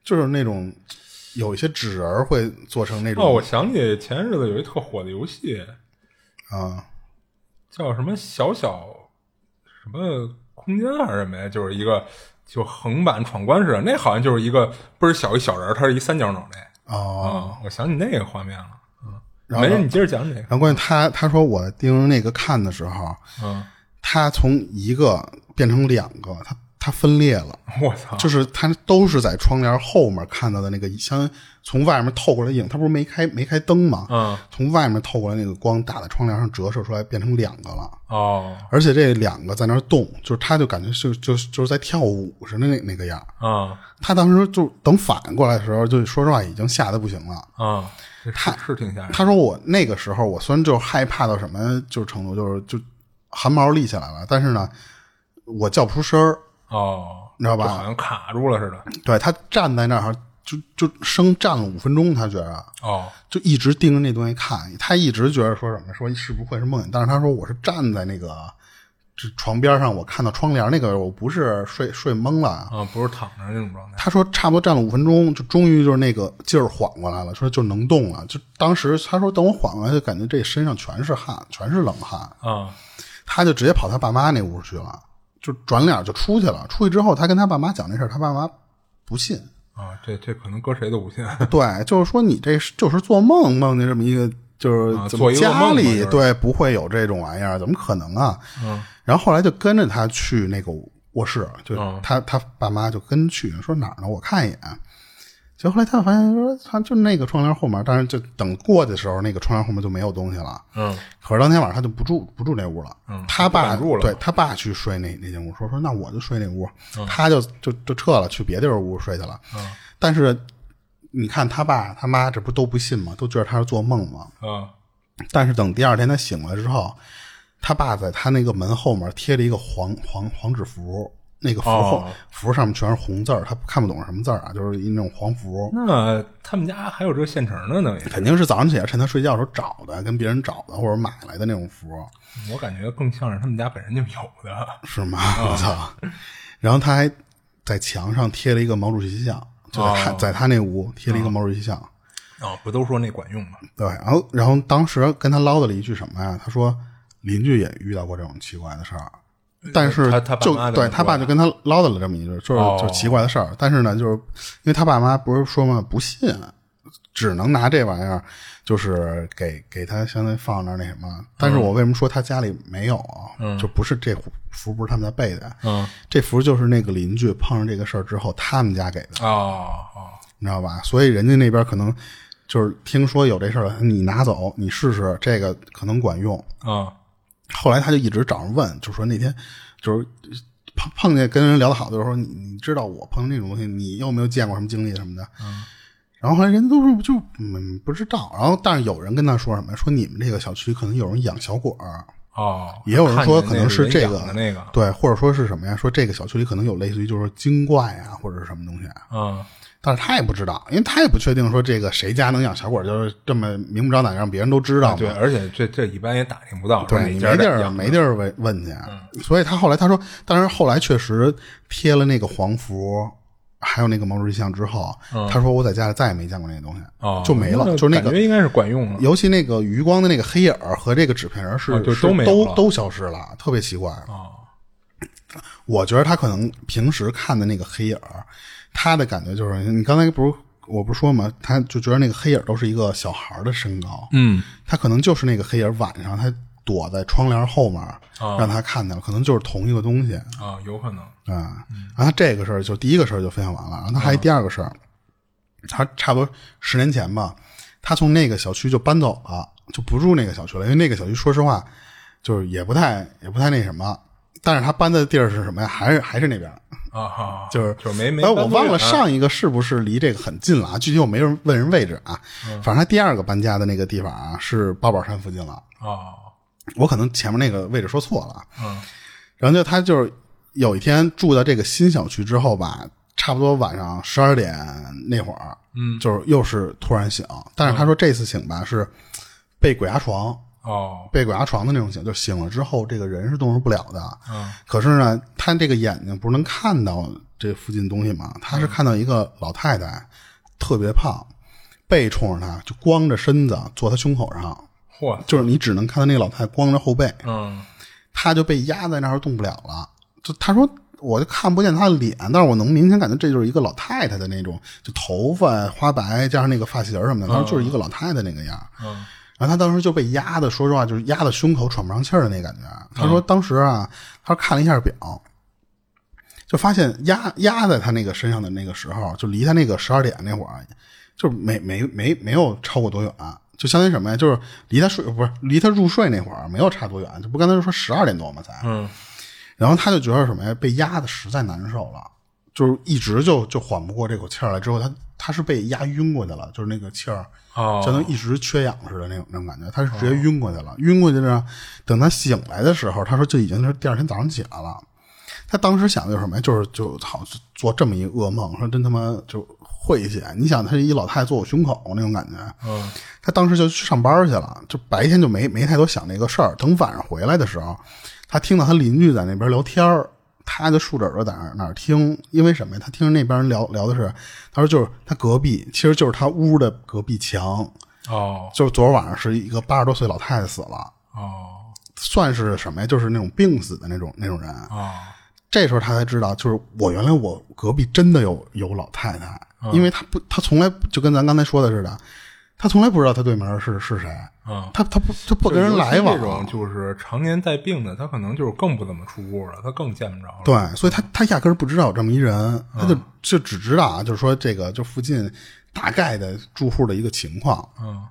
就是那种有一些纸人儿会做成那哦，种我想起前日子有一特火的游戏，啊、叫什么小小什么空间还是什么呀？就是一个就横版闯关似的，那好像就是一个倍儿小一小人儿，他是一三角脑袋哦，啊、我想起那个画面了。嗯，然后没事，你接着讲 这个然。后关键他他说我盯着那个看的时候，嗯，他从一个变成两个，他他分裂了，我操，就是他都是在窗帘后面看到的那个，像从外面透过来的影，他不是没开没开灯吗？嗯，从外面透过来那个光打在窗帘上折射出来，变成两个了。哦，而且这两个在那儿动，就是他就感觉就就就是在跳舞似的那那个样儿。啊他当时就等反应过来的时候，就说实话已经吓得不行了。啊，这是是挺吓人的。他说我那个时候，我虽然就是害怕到什么就是程度，就是就汗毛立起来了，但是呢，我叫不出声儿。哦，你知道吧就好像卡住了似的。对他站在那儿，就就生站了五分钟，他觉着哦，就一直盯着那东西看，他一直觉得说什么说是不会是梦魇，但是他说我是站在那个这床边上，我看到窗帘那个，我不是睡睡懵了啊。啊，不是躺着那种状态。他说差不多站了五分钟，就终于就是那个劲儿缓过来了，说就能动了。就当时他说等我缓过来，就感觉这身上全是汗，全是冷汗。啊他就直接跑他爸妈那屋去了，就转脸就出去了。出去之后，他跟他爸妈讲这事儿，他爸妈不信，啊，这这可能搁谁都不信。 对，就是说你这是就是做梦梦见这么一个，就是啊怎做么一噩家梦嘛里、就是对不会有这种玩意儿，怎么可能啊？嗯然后后来就跟着他去那个卧室，就嗯他、他爸妈就跟去，说哪儿呢？我看一眼。结果后来他发现说，他就那个窗帘后面，但是就等过去的时候，那个窗帘后面就没有东西了。嗯可是当天晚上他就不住不住那屋了，嗯他爸不敢住了对他爸去睡那那间屋，说说那我就睡那屋，他就就就撤了，去别地儿屋睡去了。嗯但是你看他爸他妈这不都不信吗？都觉得他是做梦吗？啊但是等第二天他醒了之后，他爸在他那个门后面贴了一个黄黄黄纸符，那个符后、哦符上面全是红字儿，他看不懂是什么字儿啊，就是一那种黄符。那他们家还有这现成的呢，也肯定是早上起来趁他睡觉的时候找的，跟别人找的或者买来的那种符。我感觉更像是他们家本身就有的。是吗？我操！然后他还在墙上贴了一个毛主席像，就在他、哦在他那屋贴了一个毛主席像。哦，不都说那管用吗？对，然后然后当时跟他唠叨了一句什么呀？他说邻居也遇到过这种奇怪的事儿，但是呃他他爸就妈跟他对说他爸的就跟他唠叨了这么一句，就是、哦就是奇怪的事儿。但是呢，就是因为他爸妈不是说嘛，不信，只能拿这玩意儿，就是给给他相当于放那儿那什么。但是嗯我为什么说他家里没有啊？就不是这符不是他们家备的，嗯这符就是那个邻居碰上这个事儿之后他们家给的，哦哦你知道吧？所以人家那边可能就是听说有这事儿了，你拿走，你试试，这个可能管用。啊后来他就一直找人问，就说那天就是碰碰见跟人聊得好的时候，你你知道我碰见这种东西，你有没有见过什么经历什么的？嗯。然后后来人家都说就嗯不知道，然后但是有人跟他说什么，说你们这个小区可能有人养小鬼儿，哦，也有人说可能是看见这那人个养的那个。对，或者说是什么呀？说这个小区里可能有类似于就是精怪啊，或者是什么东西啊，嗯但是他也不知道，因为他也不确定说这个谁家能养小鬼，就是这么明目张胆让别人都知道嘛。对，而且这这一般也打听不到，说啊对哪你家没地的嗯儿养的没地儿问问去，所以他后来他说，但是后来确实贴了那个黄符，还有那个毛主席像之后，他说我在家里再也没见过那个东西，嗯哦，就没了，就是那感个觉应该是管用了。尤其那个余光的那个黑影儿和这个纸片人是、啊就是都没有都了都消失了，特别奇怪。哦我觉得他可能平时看的那个黑影儿，他的感觉就是你刚才不是我不是说嘛，他就觉得那个黑影儿都是一个小孩儿的身高，嗯他可能就是那个黑影儿晚上他躲在窗帘后面儿、让他看到，可能就是同一个东西。啊，有可能。啊，然后这个事儿就第一个事儿就分享完了，然后他嗯还有第二个事儿，他差不多十年前吧，他从那个小区就搬走了，就不住那个小区了，因为那个小区说实话就是也不太也不太那什么，但是他搬的地儿是什么呀？还是还是那边儿，啊，好就是就是没没哎，搬我多远，啊忘了上一个是不是离这个很近了啊？具体我没人问人位置啊，嗯反正他第二个搬家的那个地方啊是八宝山附近了，哦，我可能前面那个位置说错了啊。嗯然后就他就是有一天住到这个新小区之后吧，差不多晚上十二点那会儿，嗯，就是又是突然醒，但是他说这次醒吧是被鬼压床，哦，被鬼压床的那种醒，就醒了之后这个人是动弹不了的。嗯可是呢，他这个眼睛不是能看到这附近东西吗？他是看到一个老太太，特别胖，背冲着他，就光着身子坐他胸口上，嚯，就是你只能看到那个老太太光着后背，嗯她就被压在那儿动不了了。就她说，我就看不见她的脸，但是我能明显感觉这就是一个老太太的那种，就头发花白加上那个发型什么的，她说就是一个老太太那个样儿。嗯然后她当时就被压的，说实话就是压的胸口喘不上气儿的那感觉。她说当时啊，她看了一下表，就发现压压在她那个身上的那个时候，就离她那个十二点那会儿，啊就是没没没没有超过多远，啊就相当于什么呀？就是离她睡不是离她入睡那会儿没有差多远，就不刚才说十二点多嘛才。嗯然后她就觉得什么呀？被压的实在难受了，就是一直就就缓不过这口气儿来。之后她她是被压晕过去了，就是那个气儿。哦，相当于一直缺氧似的那种那种感觉，他是直接晕过去了。晕过去呢，等他醒来的时候，他说就已经是第二天早上起来了。他当时想的就是什么呀？就是就好做这么一噩梦，说真他妈就晦气。你想，他是一老太太坐我胸口那种感觉，嗯他当时就去上班去了，就白天就没没太多想这个事儿。等晚上回来的时候，他听到他邻居在那边聊天儿，他就竖着耳朵在那儿那儿听，因为什么呀？他听着那边人聊聊的是，他说就是他隔壁，其实就是他屋的隔壁墙，哦就是昨儿晚上是一个八十多岁老太太死了，哦算是什么呀？就是那种病死的那种那种人。哦这时候他才知道，就是我原来我隔壁真的有有老太太，因为他不，他从来不就跟咱刚才说的似的，他从来不知道他对门是是谁，嗯。他他不他不跟人来就尤其往，这种就是常年带病的，他可能就是更不怎么出屋了，他更见不着了。嗯对，所以他他压根儿不知道有这么一人，他就就只知道啊，就是说这个就附近大概的住户的一个情况。嗯，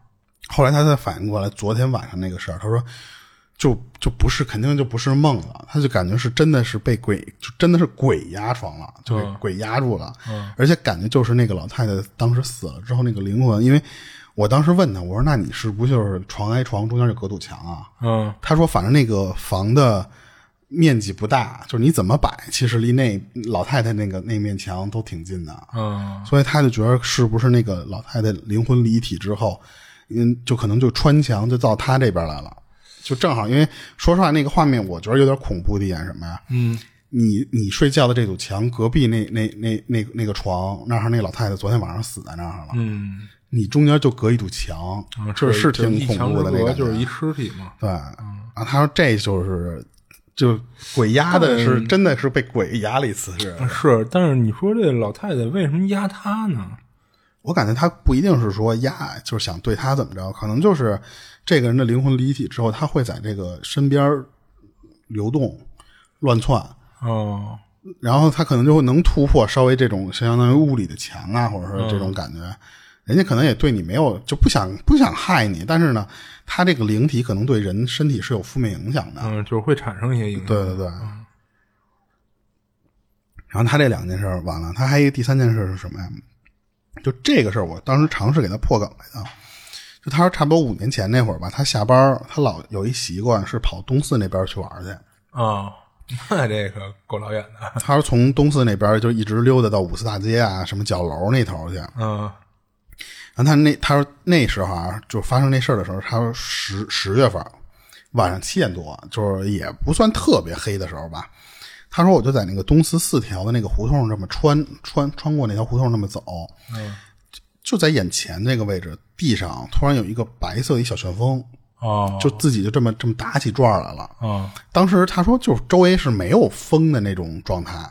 后来他才反应过来，昨天晚上那个事儿，他说就就不是，肯定就不是梦了，他就感觉是真的是被鬼，就真的是鬼压床了，就嗯给鬼压住了，而且感觉就是那个老太太当时死了之后那个灵魂，因为我当时问他，我说那你是不是就是床挨床中间有隔堵墙啊？嗯他说反正那个房的面积不大，就是你怎么摆，其实离那老太太那个那面墙都挺近的，嗯所以他就觉得是不是那个老太太灵魂离体之后，嗯，就可能就穿墙就到他这边来了，就正好因为说实话那个画面我觉得有点恐怖的一点是什么呀？嗯，你你睡觉的这堵墙隔壁那那那那那个床那儿那老太太昨天晚上死在那儿了，嗯，你中间就隔一堵墙，嗯这是就是挺一恐墙怖之的那隔个，就是一尸体嘛。对，然后他说这就是就鬼压的是真的是被鬼压了一次是，是，但是你说这老太太为什么压他呢？我感觉他不一定是说压，就是想对他怎么着，可能就是这个人的灵魂离体之后，他会在这个身边流动、乱窜，哦，然后他可能就会能突破稍微这种相当于物理的墙啊，或者说这种感觉。人家可能也对你没有就不想不想害你，但是呢，他这个灵体可能对人身体是有负面影响的。嗯，就是会产生一些影响。对对对。然后他这两件事儿完了，他还有一个第三件事是什么呀？就这个事儿，我当时尝试给他破梗来的。就他说，差不多五年前那会儿吧，他下班儿他老有一习惯是跑东四那边儿去玩儿去。啊，那这个够老远的。他说从东四那边儿就一直溜达到五四大街啊，什么角楼那头儿去。嗯然后他那他说那时候啊，就发生那事儿的时候，他说十十月份晚上七点多，就是也不算特别黑的时候吧。他说我就在那个东四四条的那个胡同这么穿穿穿过那条胡同这么走，嗯，就在眼前这个位置，地上突然有一个白色的一小旋风，哦，就自己就这么这么打起转儿来了。啊当时他说，就是周围是没有风的那种状态。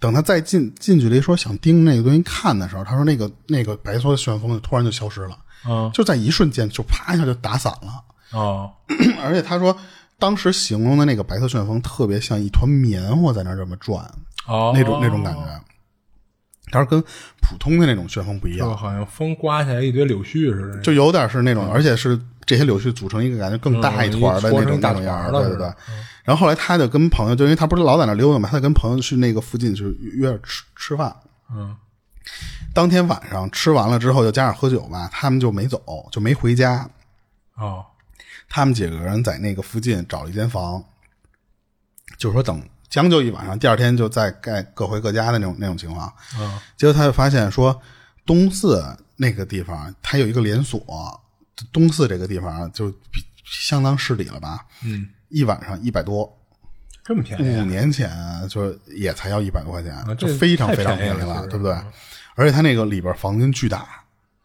等他再近近距离说想盯那个东西看的时候，他说那个那个白色的旋风就突然就消失了，嗯就在一瞬间就啪一下就打散了。 哦而且他说，当时形容的那个白色旋风特别像一团棉花在那儿这么转，哦，那种那种感觉。他说跟普通的那种旋风不一样就，好像风刮下来一堆柳絮似的。就有点是那种，而且是这些柳絮组成一个感觉更大一团的那嗯一撮成种一大那种样儿，团了对是对对吧。嗯然后后来他就跟朋友，就因为他不是老在那溜达嘛，他就跟朋友去那个附近去约着吃吃饭。嗯当天晚上吃完了之后，又加上喝酒吧，他们就没走，就没回家。哦他们几个人在那个附近找了一间房，就是说等将就一晚上，第二天就再该各回各家的那种那种情况。嗯结果他就发现说，东四那个地方它有一个连锁，东四这个地方就比相当市底了吧，嗯，一晚上一百多。这么便宜五年前啊就是也才要一百多块钱，哎啊这就非常太非常便宜便宜了是对不对？而且它那个里边房间巨大，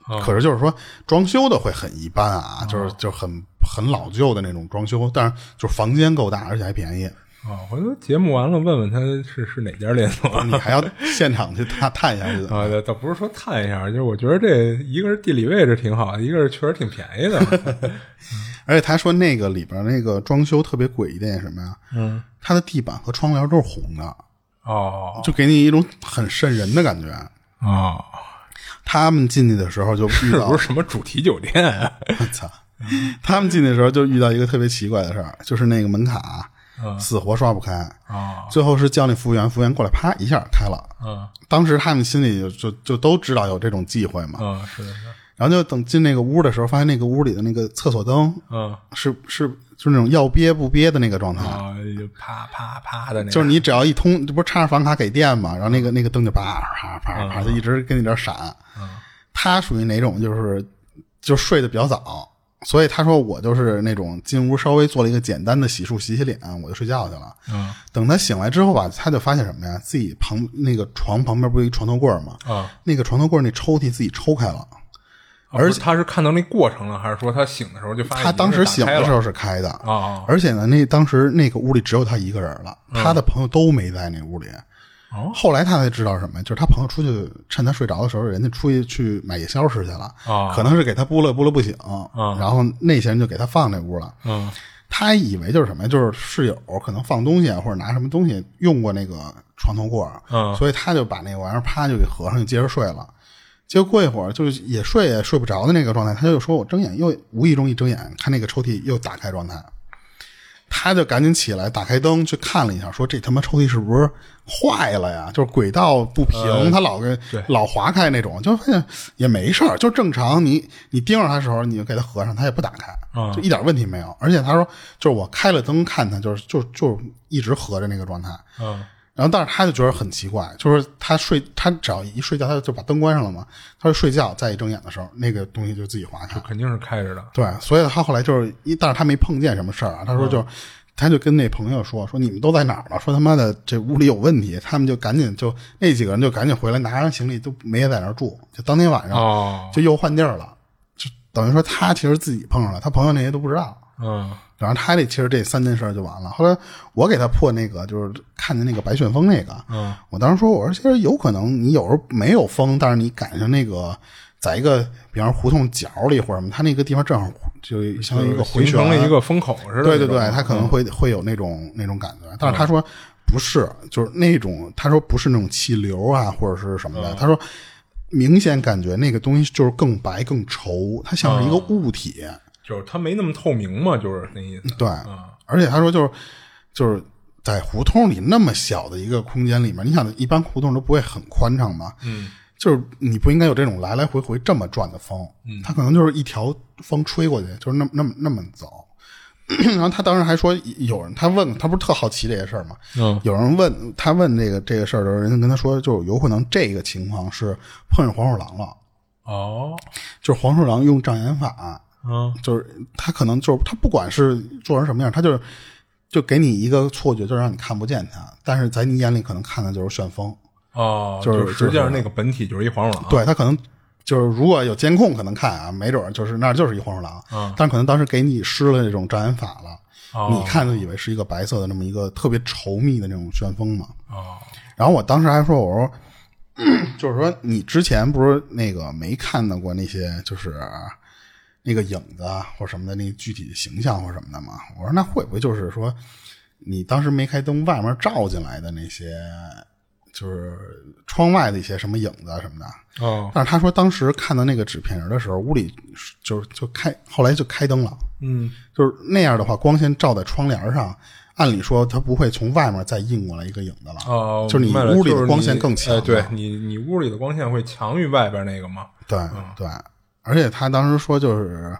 啊哦可是就是说装修的会很一般啊，就是就很很老旧的那种装修，但是就是房间够大，而且还便 宜。啊，回头节目完了问问他是是哪家连锁你还要现场去探探一下去的。啊？倒倒不是说探一下，就是我觉得这一个是地理位置挺好，一个是确实挺便宜的。 而且他说那个里边那个装修特别诡异的是什么呀？嗯，它的地板和窗帘都是红的，哦就给你一种很瘆人的感觉。哦，他们进去的时候就遇是到不是什么主题酒店啊？我 操！他们进去的时候就遇到一个特别奇怪的事儿，就是那个门卡啊、死活刷不开，啊最后是叫那服务员，服务员过来，啪一下开了。嗯当时他们心里就就就都知道有这种忌讳嘛，嗯，是的，是的然后就等进那个屋的时候，发现那个屋里的那个厕所灯嗯是是就是那种要憋不憋的那个状态，啊，就啪啪啪的那个，就是你只要一通，这不是插上房卡给电嘛，然后那个那个灯就啪啪啪嗯啪就一直跟你这儿闪。他属于哪种？就是就睡得比较早，所以他说我就是那种进屋稍微做了一个简单的洗漱洗洗脸，我就睡觉去了。嗯等他醒来之后吧，他就发现什么呀？自己旁那个床旁边不是一床头柜儿吗？啊。那个床头柜儿那抽屉自己抽开了。而且他是看到那过程了，还是说他醒的时候就发现他当时醒的时候候是开的，啊而且呢，那当时那个屋里只有他一个人了，他的朋友都没在那屋里。嗯哦后来他才知道是什么，就是他朋友出去趁他睡着的时候，人家出去去买夜宵吃去了，哦可能是给他拨了拨了不醒，然后那些人就给他放那屋了。嗯他以为就是什么呀，就是室友可能放东西啊，或者拿什么东西用过那个床头柜儿，嗯所以他就把那玩意儿啪就给合上，就接着睡了。结果过一会儿就是也睡也睡不着的那个状态，他就说我睁眼又无意中一睁眼看那个抽屉又打开状态，他就赶紧起来打开灯去看了一下，说这他妈抽屉是不是坏了呀？就是轨道不平，他老给对老划开那种，就发现也没事儿，就正常你。你盯着它的时候，你就给它合上，它也不打开，嗯就一点问题没有。而且他说，就是我开了灯看它，就是就就一直合着那个状态。嗯然后，但是他就觉得很奇怪，就是他睡，他只要一睡觉，他就把灯关上了嘛。他说睡觉，再一睁眼的时候，那个东西就自己划开。肯定是开着的。对，所以他后来就是一，但是他没碰见什么事儿啊。他说就是，他就跟那朋友说说你们都在哪儿了？说他妈的这屋里有问题，他们就赶紧就那几个人就赶紧回来拿上行李，都没在那儿住，就当天晚上哦，就又换地儿了，就等于说他其实自己碰上了，他朋友那些都不知道。嗯然后他这其实这三件事儿就完了。后来我给他破那个，就是看见那个白旋风那个，嗯我当时说，我说其实有可能你有时候没有风，但是你赶上那个在一个比方说胡同角里或者什么，它那个地方正好就像一个回呃形旋啊成了一个风口似的那种。嗯对对对，他可能会、会有那种那种感觉，但是他说不是，就是那种他说不是那种气流啊或者是什嗯么的，他说明显感觉那个东西就是更白更稠，它像是一个嗯物体，就是他没那么透明嘛，就是那意思。对，而且他说就是就是在胡同里那么小的一个空间里面，你想一般胡同都不会很宽敞嘛，嗯，就是你不应该有这种来来回回这么转的风，嗯，他可能就是一条风吹过去，就是那么那么那么走。 然后他当时还说，有人他问他不是特好奇这些事儿吗？嗯有人问他问这个这个事儿的时候，人家跟他说，就是有可能这个情况是碰上黄鼠狼了，哦就是黄鼠狼用障眼法，嗯就是他可能就是他不管是做成什么样，他就是就给你一个错觉，就让你看不见他，但是在你眼里可能看的就是旋风。哦，就是实际就上是那个本体就是一黄鼠狼。对他可能就是如果有监控可能看啊，没准儿就是那儿就是一黄鼠狼，嗯但是可能当时给你施了这种障眼法了，哦你看就以为是一个白色的那么一个特别稠密的那种旋风嘛。哦然后我当时还说，我说。 就是说，你之前不是那个没看到过那些，就是那个影子啊或什么的，那个具体的形象或什么的吗？我说那会不会就是说，你当时没开灯，外面照进来的那些，就是窗外的一些什么影子啊什么的？哦但是他说当时看到那个纸片人的时候，屋里就是就开，后来就开灯了。嗯就是那样的话，光线照在窗帘上，按理说它不会从外面再映过来一个影子了。哦，就是你明白了屋里就的是你光线更强啊哎嘛。对你你屋里的光线会强于外边那个吗？对对，而且他当时说就是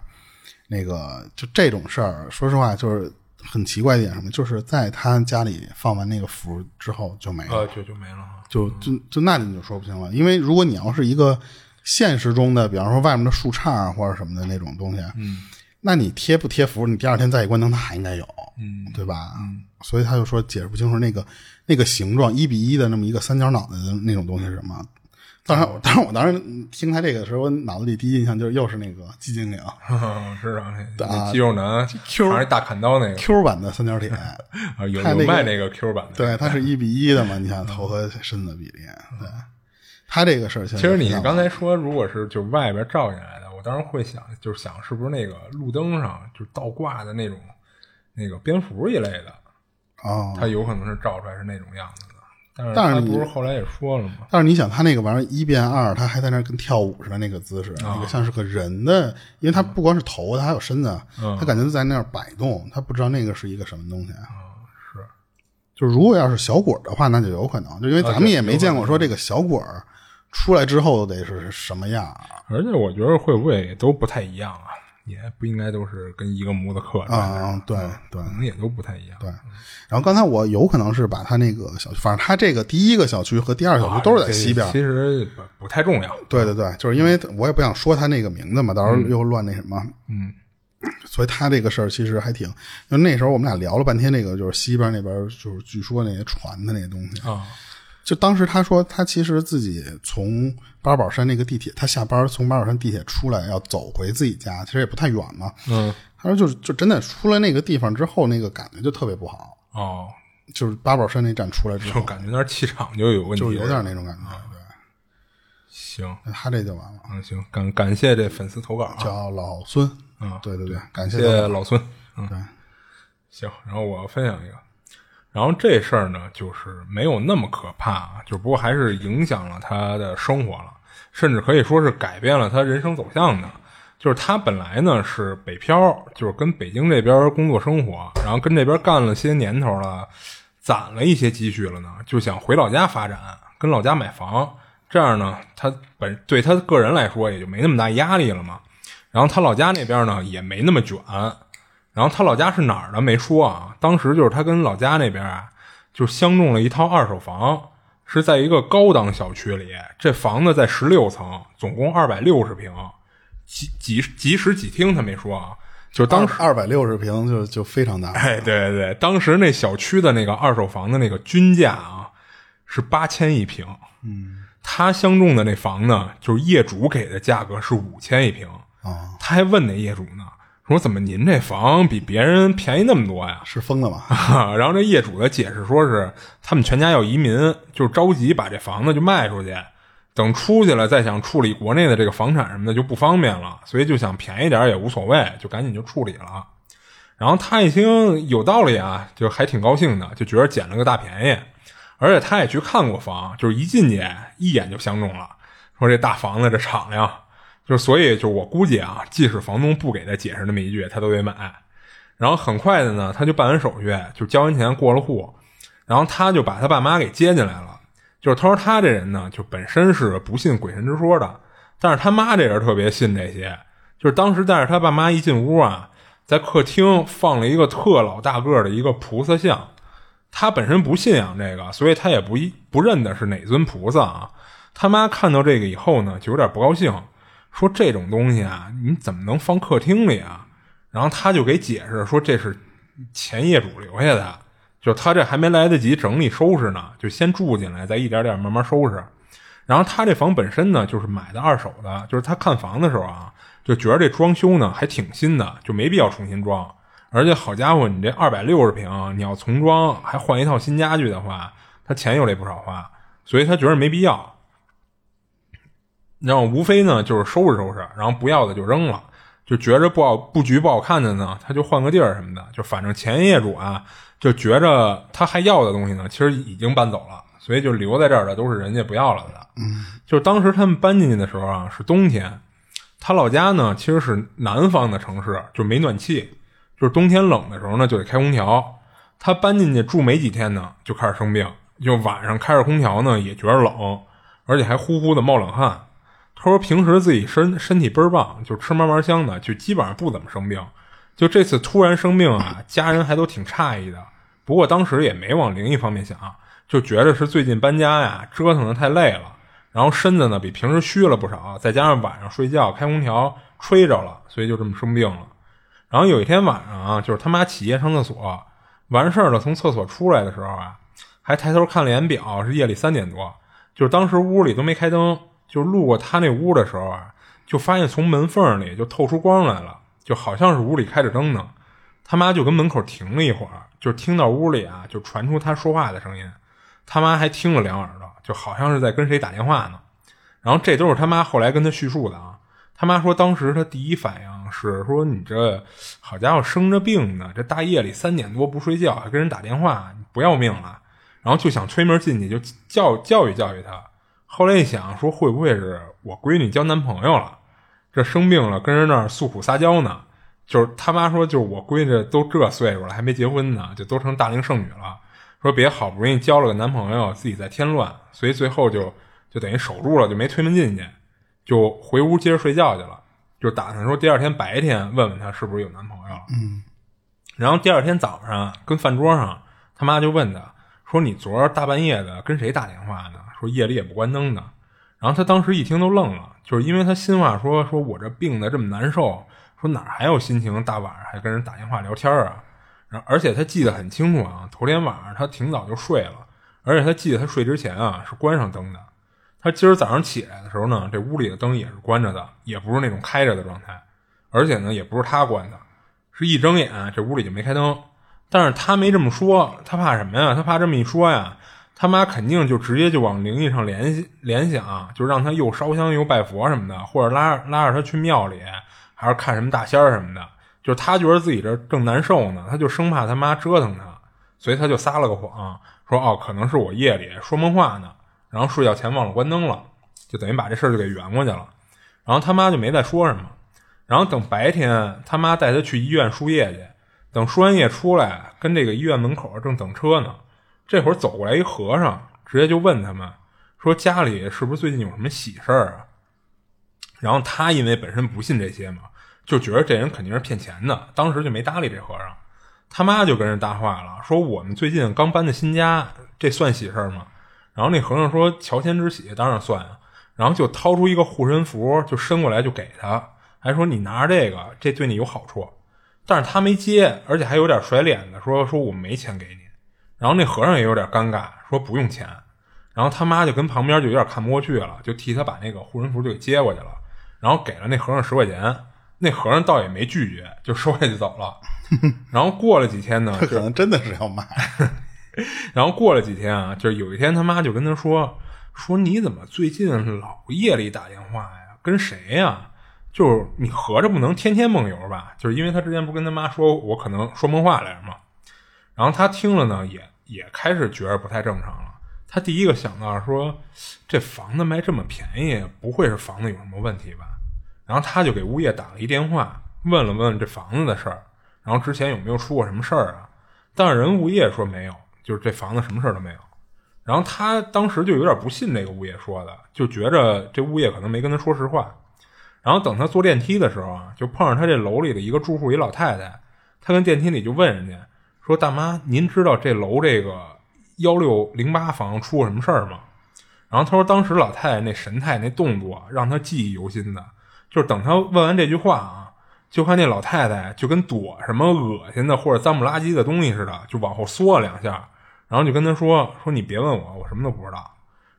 那个就这种事儿，说实话就是很奇怪一点什么，就是在他家里放完那个符之后就没了，呃，就就没了哈。就就就那你就说不清了，因为如果你要是一个现实中的，比方说外面的树杈啊或者什么的那种东西，嗯，那你贴不贴符，你第二天再一关灯，它还应该有，嗯，对吧？所以他就说解释不清楚那个那个形状一比一的那么一个三角脑袋的那种东西是什么。当然，哦当然，我当时听他这个时候，我脑子里第一印象就是又是那个寂静岭 我知道啊那那肌肉男，Q 还是大砍刀那个 Q 版的三角 铁，啊，有看那有个卖那个 Q 版的。对，它是一比一的嘛，你想头和身子比例，对，他这个事儿其嗯其实你刚才说，如果是就是外边照进来的，我当时会想，就是想是不是那个路灯上就是倒挂的那种那个蝙蝠一类的，哦，它有可能是照出来是那种样子的。但是但是他你不是后来也说了吗？但是你想，他那个玩意儿一变二，他还在那儿跟跳舞似的那个姿势，啊那个像是个人的，因为他不光是头，他还有身子，啊嗯他感觉在那儿摆动，他不知道那个是一个什么东西。啊啊是，就如果要是小鬼儿的话，那就有可能，就因为咱啊们对也没见过说这个小鬼儿出来之后得是什么样啊而且我觉得会不会也都不太一样啊？也不应该都是跟一个模子刻出来的，啊，对对。可能也都不太一样。对，然后刚才我有可能是把他那个小区，反正他这个第一个小区和第二个小区都是在西边儿啊其，实不不太重要。对对对，就是因为我也不想说他那个名字嘛，到时候又乱那什么。嗯，所以他这个事儿其实还挺，嗯就那时候我们俩聊了半天，那个就是西边那边就是据说那些传的那些东西。啊，就当时他说他其实自己从八宝山那个地铁，他下班从八宝山地铁出来要走回自己家，其实也不太远嘛。嗯，他说就是就真的出来那个地方之后，那个感觉就特别不好，哦，就是八宝山那站出来之就后，感觉那儿气场就有问题，就是有点那种感觉。对，行。那他这就完了，嗯，行，感感谢这粉丝投稿啊，叫老孙。嗯对对对，感谢谢谢他老孙。嗯，对行，然后我分享一个，然后这事儿呢，就是没有那么可怕啊，就不过还是影响了他的生活了，甚至可以说是改变了他人生走向的。就是他本来呢是北漂，就是跟北京这边工作生活，然后跟这边干了些年头了，攒了一些积蓄了呢，就想回老家发展，跟老家买房，这样呢，他本对他个人来说也就没那么大压力了嘛。然后他老家那边呢也没那么卷，然后他老家是哪儿的没说啊，当时就是他跟老家那边啊，就相中了一套二手房，是在一个高档小区里，这房子在十六层，总共二百六十平，几几几室几厅他没说啊，就当时二百六十平就就非常大。哎，对对对，当时那小区的那个二手房的那个均价啊，是八千一平。嗯，他相中的那房呢，就是业主给的价格是五千一平。啊，他还问那业主呢，说怎么您这房比别人便宜那么多呀？是疯 了吧？然后这业主的解释说是他们全家要移民，就是着急把这房子就卖出去，等出去了再想处理国内的这个房产什么的就不方便了，所以就想便宜点儿也无所谓，就赶紧就处理了。然后他一听有道理啊，就还挺高兴的，就觉得捡了个大便宜。而且他也去看过房，就是一进去一眼就相中了，说这大房子这敞亮，就是所以就我估计啊，即使房东不给他解释那么一句，他都得买。然后很快的呢，他就办完手续，就交完钱过了户，然后他就把他爸妈给接进来了。就是他说他这人呢，就本身是不信鬼神之说的，但是他妈这人特别信这些。就是当时带着他爸妈一进屋啊，在客厅放了一个特老大个儿的一个菩萨像，他本身不信仰这个，所以他也不一不认得是哪尊菩萨啊。他妈看到这个以后呢，就有点不高兴，说这种东西啊，你怎么能放客厅里啊？然后他就给解释说这是前业主留下的，就他这还没来得及整理收拾呢，就先住进来，再一点点慢慢收拾。然后他这房本身呢，就是买的二手的，就是他看房的时候啊，就觉得这装修呢还挺新的，就没必要重新装。而且好家伙，你这二百六十平啊，你要重装还换一套新家具的话，他钱又得不少花，所以他觉得没必要。然后无非呢就是收拾收拾，然后不要的就扔了，就觉着不好布局不好看的呢，他就换个地儿什么的。就反正前业主啊，就觉着他还要的东西呢，其实已经搬走了，所以就留在这儿的都是人家不要了的。嗯，就是当时他们搬进去的时候啊，是冬天，他老家呢其实是南方的城市，就没暖气，就是冬天冷的时候呢就得开空调。他搬进去住没几天呢，就开始生病，就晚上开着空调呢也觉得冷，而且还呼呼的冒冷汗。他说平时自己身身体倍儿棒，就吃嘛嘛香的，就基本上不怎么生病。就这次突然生病啊，家人还都挺诧异的。不过当时也没往灵异方面想，就觉着是最近搬家呀，折腾的太累了，然后身子呢比平时虚了不少，再加上晚上睡觉开空调吹着了，所以就这么生病了。然后有一天晚上啊，就是他妈起夜上厕所，完事儿了，从厕所出来的时候啊，还抬头看了眼表，是夜里三点多。就是当时屋里都没开灯，就是路过他那屋的时候啊，就发现从门缝里就透出光来了，就好像是屋里开着灯呢。他妈就跟门口停了一会儿，就听到屋里啊就传出他说话的声音，他妈还听了两耳朵，就好像是在跟谁打电话呢。然后这都是他妈后来跟他叙述的啊。他妈说，当时他第一反应是说：“你这好家伙，生着病呢，这大夜里三点多不睡觉，还跟人打电话，你不要命了？”然后就想推门进去，就教教育教育他。后来一想，说会不会是我闺女交男朋友了？这生病了，跟人那儿诉苦撒娇呢。就是他妈说，就是我闺女都这岁数了，还没结婚呢，就都成大龄剩女了。说别好不容易交了个男朋友，自己再添乱，所以最后就就等于守住了，就没推门进去，就回屋接着睡觉去了。就打算说第二天白天问问她是不是有男朋友了。嗯，然后第二天早上跟饭桌上，他妈就问他说：“你昨儿大半夜的跟谁打电话呢？说夜里也不关灯的。”然后他当时一听都愣了，就是因为他心话说：“说我这病的这么难受，说哪儿还有心情大晚上还跟人打电话聊天啊？”然后而且他记得很清楚啊，头天晚上他挺早就睡了，而且他记得他睡之前啊是关上灯的。他今儿早上起来的时候呢，这屋里的灯也是关着的，也不是那种开着的状态，而且呢也不是他关的，是一睁眼这屋里就没开灯。但是他没这么说，他怕什么呀？他怕这么一说呀，他妈肯定就直接就往灵异上联系联想、就让他又烧香又拜佛什么的，或者拉拉着他去庙里，还是看什么大仙儿什么的。就是他觉得自己这正难受呢，他就生怕他妈折腾他，所以他就撒了个谎，说哦，可能是我夜里说梦话呢，然后睡觉前忘了关灯了，就等于把这事儿就给圆过去了。然后他妈就没再说什么。然后等白天，他妈带他去医院输液去，等输完液出来，跟这个医院门口正等车呢，这会儿走过来一和尚，直接就问他们说家里是不是最近有什么喜事儿啊？然后他因为本身不信这些嘛，就觉得这人肯定是骗钱的，当时就没搭理这和尚。他妈就跟人搭话了，说我们最近刚搬的新家，这算喜事儿吗？然后那和尚说乔迁之喜当然算啊，然后就掏出一个护身符，就伸过来就给他，还说你拿着这个，这对你有好处。但是他没接，而且还有点甩脸子，说说我没钱给你。然后那和尚也有点尴尬，说不用钱。然后他妈就跟旁边就有点看不过去了，就替他把那个护身符就给接过去了，然后给了那和尚十块钱。那和尚倒也没拒绝，就收下就走了。然后过了几天呢，他就可能真的是要 卖。啊然后过了几天啊，就是有一天他妈就跟他说说你怎么最近老夜里打电话呀？跟谁呀？就是你合着不能天天梦游吧？就是因为他之前不跟他妈说我可能说梦话来着嘛。然后他听了呢，也也开始觉得不太正常了。他第一个想到说，这房子卖这么便宜，不会是房子有什么问题吧？然后他就给物业打了一电话，问了问这房子的事儿，然后之前有没有出过什么事儿啊？但是人物业说没有，就是这房子什么事儿都没有。然后他当时就有点不信这个物业说的，就觉着这物业可能没跟他说实话。然后等他坐电梯的时候啊，就碰上他这楼里的一个住户，一老太太。他跟电梯里就问人家说：“大妈，您知道这楼这个幺六零八房出过什么事儿吗？”然后他说，当时老太太那神态、那动作，让他记忆犹新的，就是等他问完这句话啊，就看那老太太就跟躲什么恶心的或者脏不拉几的东西似的，就往后缩了两下，然后就跟他说：“说你别问我，我什么都不知道。”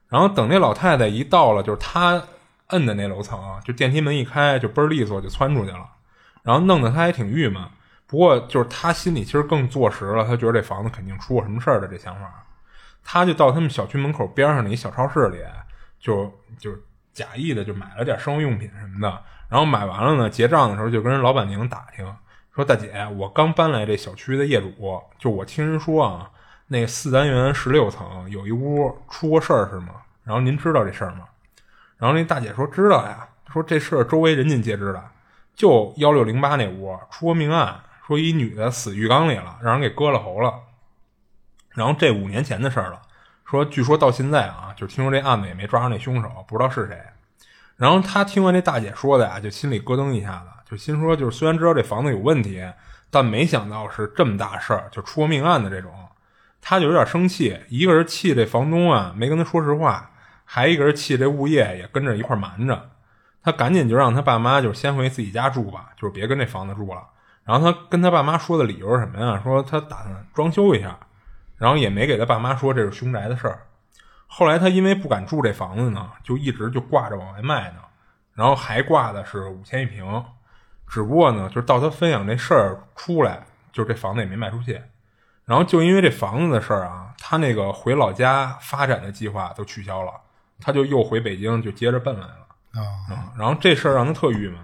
然后等那老太太一到了，就是她摁的那楼层，啊就电梯门一开，就倍儿利索就窜出去了，然后弄得她还挺郁闷。不过就是她心里其实更坐实了，她觉得这房子肯定出过什么事儿的这想法。她就到他们小区门口边上的一小超市里，就就假意的就买了点生活用品什么的，然后买完了呢，结账的时候就跟人老板娘打听，说大姐，我刚搬来这小区的业主，就我听人说啊，那四单元十六层有一屋出过事儿是吗？然后您知道这事儿吗？然后那大姐说知道呀，说这事儿周围人尽皆知的，就幺六零八那屋出过命案，说一女的死浴缸里了，让人给割了喉了。然后这五年前的事儿了，说据说到现在啊，就听说这案子也没抓着那凶手，不知道是谁。然后他听完这大姐说的啊，就心里咯噔一下子，就心说就是虽然知道这房子有问题，但没想到是这么大事儿，就出过命案的这种。他就有点生气，一个是气这房东啊没跟他说实话，还一个是气这物业也跟着一块儿瞒着。他赶紧就让他爸妈就是先回自己家住吧，就是别跟这房子住了。然后他跟他爸妈说的理由是什么呀？说他打算装修一下，然后也没给他爸妈说这是凶宅的事儿。后来他因为不敢住这房子呢，就一直就挂着往外卖呢，然后还挂的是五千一平，只不过呢，就是到他分享这事儿出来，就是这房子也没卖出去。然后就因为这房子的事儿啊，他那个回老家发展的计划都取消了，他就又回北京，就接着奔来了。啊，嗯，然后这事儿让他特郁闷。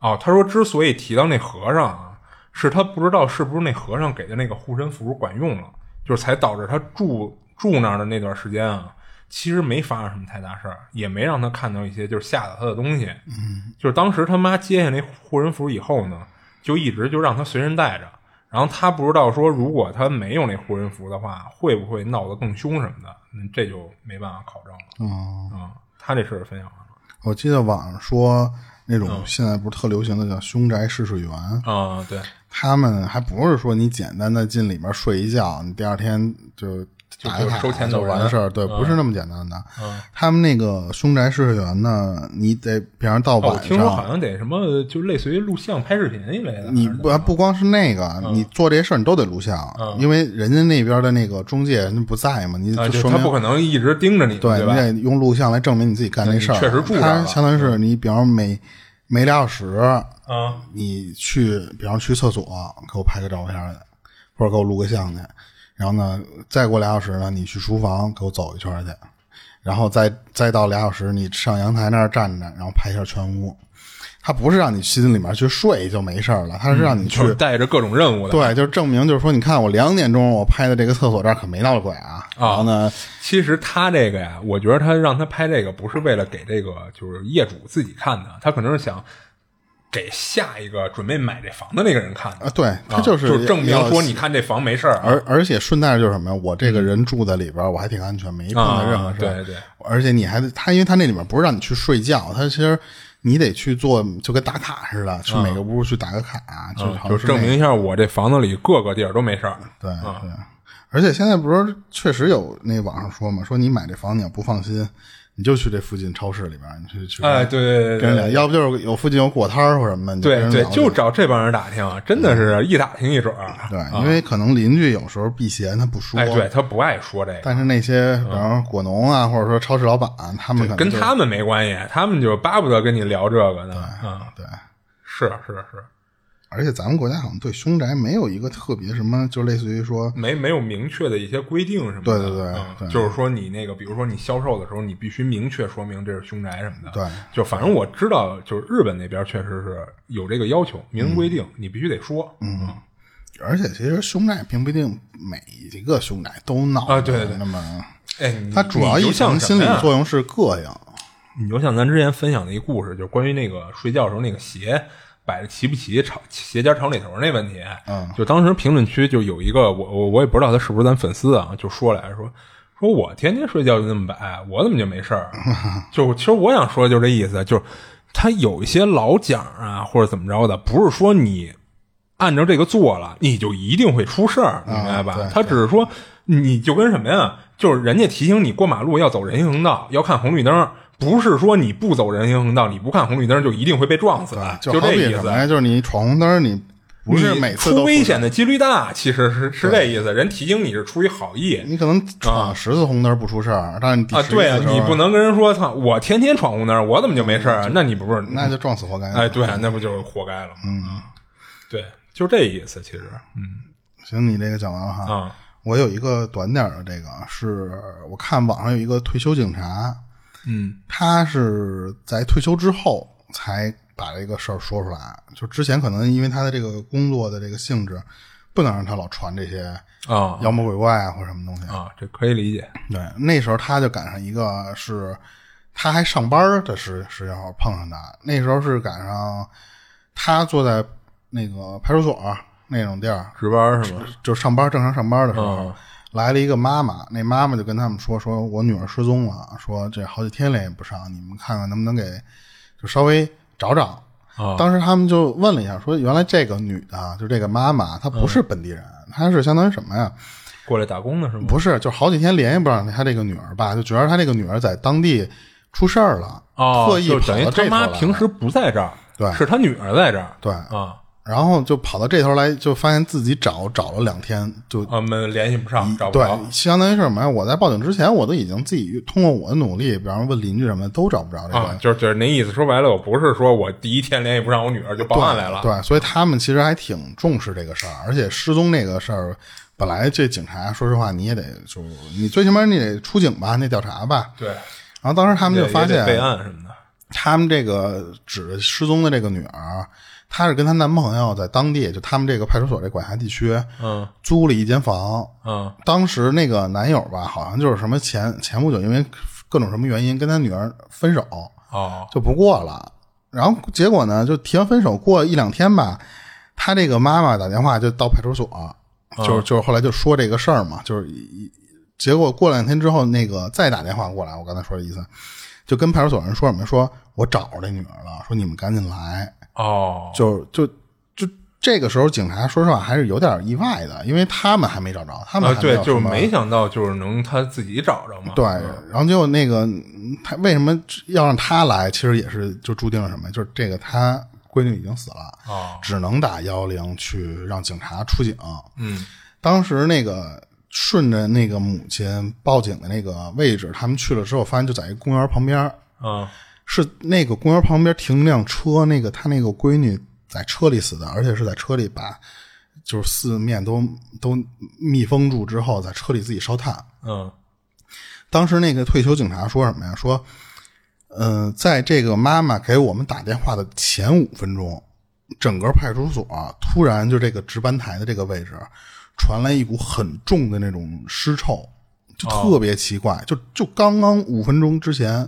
哦，他说之所以提到那和尚啊，是他不知道是不是那和尚给的那个护身符管用了，就是才导致他住住那儿的那段时间啊，其实没发生什么太大事儿，也没让他看到一些就是吓到他的东西。嗯，就是当时他妈接下那护身符以后呢，就一直就让他随身带着。然后他不知道说，如果他没有那护身符的话，会不会闹得更凶什么的？嗯，这就没办法考证了。哦，嗯，他这事儿分享完了。我记得网上说那嗯种现在不是特流行的叫凶宅试睡员，啊、对，他们还不是说你简单的进里面睡一觉，你第二天就就打一打收钱就走人完事儿，对，嗯不是那么简单的。嗯他们那个凶宅试睡员呢，你得比方到哦，我晚听说好上，像得什么，就类似于录像、拍视频一类的。你还是嗯不不光是那个，你做这事儿你都得录像，因为人家那边的那个中介人家不在嘛，你啊，就说他明不可能一直盯着你，对，对你吧？得用录像来证明你自己干对那你事儿。确实住这儿他了嗯相当于是你，比方每每俩小时，啊，你去，比方去厕所，给我拍个照片去，或者给我录个像去。然后呢，再过俩小时呢，你去厨房给我走一圈去，然后再再到俩小时，你上阳台那儿站着，然后拍一下全屋。他不是让你心里面去睡就没事儿了，他是让你去、嗯就是带着各种任务的。，对，就是证明，就是说，你看我两点钟我拍的这个厕所这儿可没闹鬼啊。然后呢，其实他这个呀，我觉得他让他拍这个不是为了给这个就是业主自己看的，他可能是想给下一个准备买这房的那个人看的。啊，对他、就是是证明说你看这房没事儿啊，而而且顺带着就是什么呀？我这个人住在里边儿，我还挺安全，没碰到任何事儿、嗯啊对对。而且你还得他，因为他那里面不是让你去睡觉，他其实你得去做，就跟打卡似的，去每个屋去打个卡，就好像啊就是是证那明啊一下我这房子里各个地儿都没事儿。对对。而且现在不是确实有那网上说嘛，说你买这房你要不放心，你就去这附近超市里边儿，你去去哎，对对对对跟对人，聊，要不就是有附近有果摊儿或什么的，你跟对人对，聊嗯就找这帮人打听啊，真的是一打听一准儿。啊对，因为可能邻居有时候避嫌他不说，哎，对他不爱说这个，但是那些，比方说果农啊，或者说超市老板，他们可能嗯跟就他们没关系，他们就巴不得跟你聊这个呢。啊，对，是是是，而且咱们国家好像对凶宅没有一个特别什么，就类似于说，没没有明确的一些规定什么的。对对对嗯对就是说你那个，比如说你销售的时候，你必须明确说明这是凶宅什么的。对，就反正我知道，就是日本那边确实是有这个要求，明文嗯规定，你必须得说。嗯而且其实凶宅并不一定每一个凶宅都闹啊对对对那么哎，你它主要你一就像层什心么理呀作用是膈应，你就像咱之前分享的一故事，就是关于那个睡觉时候那个鞋摆的齐不齐，朝鞋尖朝哪头那问题。嗯，就当时评论区就有一个我我我也不知道他是不是咱粉丝啊，就说来说说我天天睡觉就那么摆，我怎么就没事儿啊？就其实我想说的就是这意思，就是他有一些老讲啊或者怎么着的，不是说你按照这个做了，你就一定会出事儿，明白吧？啊对他只是说，你就跟什么呀？就是人家提醒你过马路要走人行横道，要看红绿灯，不是说你不走人行横道，你不看红绿灯就一定会被撞死，就好啊这比意什思么。呀？就是你闯红灯，你不是每次你都出危险的几率大，其实是是这意思。人提醒你是出于好意你可能闯十次红灯不出事儿，但是你第啊，十一对啊次，的时你候不，能跟人说操，我天天闯红灯，我怎么就没事儿啊？那你不是那就撞死活该。哎，对，那不就是活该了吗？嗯，对，就这意思，其实嗯行，你这个讲完了哈。啊我有一个短点儿的，这个是我看网上有一个退休警察，嗯他是在退休之后才把这个事儿说出来，就之前可能因为他的这个工作的这个性质，不能让他老传这些啊妖魔鬼怪啊或者什么东西。啊，这可以理解。对，那时候他就赶上一个是，他还上班的时时候碰上他，那时候是赶上他坐在那个派出所那种地儿，值班是吗？就上班正常上班的时候，嗯来了一个妈妈，那妈妈就跟他们说说我女儿失踪了，说这好几天联系不上，你们看看能不能给就稍微找找。啊当时他们就问了一下，说原来这个女的，啊就这个妈妈，她不嗯是本地人，她是相当于什么呀？过来打工的是吗？不是，就好几天联系不上她这个女儿吧，就觉得她这个女儿在当地出事儿了，哦，特意就跑等于到他这头妈来了。平时不在这儿，对是他女儿在这儿。对，啊然后就跑到这头来，就发现自己找找了两天，就我们联系不上，找不对着，。相当于是什么呀？我在报警之前，我都已经自己通过我的努力，比方说问邻居什么的，都找不着这个。啊，就是就是那意思，说白了，我不是说我第一天联系不上我女儿就报案来了，对，所以他们其实还挺重视这个事儿，而且失踪这个事儿，本来这警察说实话你也得就你最起码你得出警吧，你得调查吧。对，然后当时他们就也发也得现，备案什么的，他们这个指着失踪的这个女儿，她是跟她男朋友在当地，就他们这个派出所这管辖地区，嗯租了一间房。嗯当时那个男友吧，好像就是什么前前不久因为各种什么原因跟他女儿分手，哦就不过了。然后结果呢，就提完分手过一两天吧，他这个妈妈打电话就到派出所，嗯就是就是后来就说这个事儿嘛，就是一结果过两天之后，那个再打电话过来，我刚才说的意思，就跟派出所人说什么，说我找着这女儿了，说你们赶紧来，哦，就就就这个时候，警察说实话还是有点意外的，因为他们还没找着，他们啊还对，有就是什么没想到就是能他自己找着嘛，对，然后结果那个嗯他为什么要让他来？其实也是就注定了什么，就是这个他闺女已经死了，哦只能打幺幺零去让警察出警。嗯当时那个顺着那个母亲报警的那个位置，他们去了之后，发现就在一个公园旁边，啊是那个公园旁边停辆车，那个他那个闺女在车里死的，而且是在车里把就是四面都都密封住之后，在车里自己烧炭。嗯当时那个退休警察说什么呀？说，呃，在这个妈妈给我们打电话的前五分钟，整个派出所、突然就这个值班台的这个位置传来一股很重的那种尸臭，就特别奇怪。就就刚刚五分钟之前，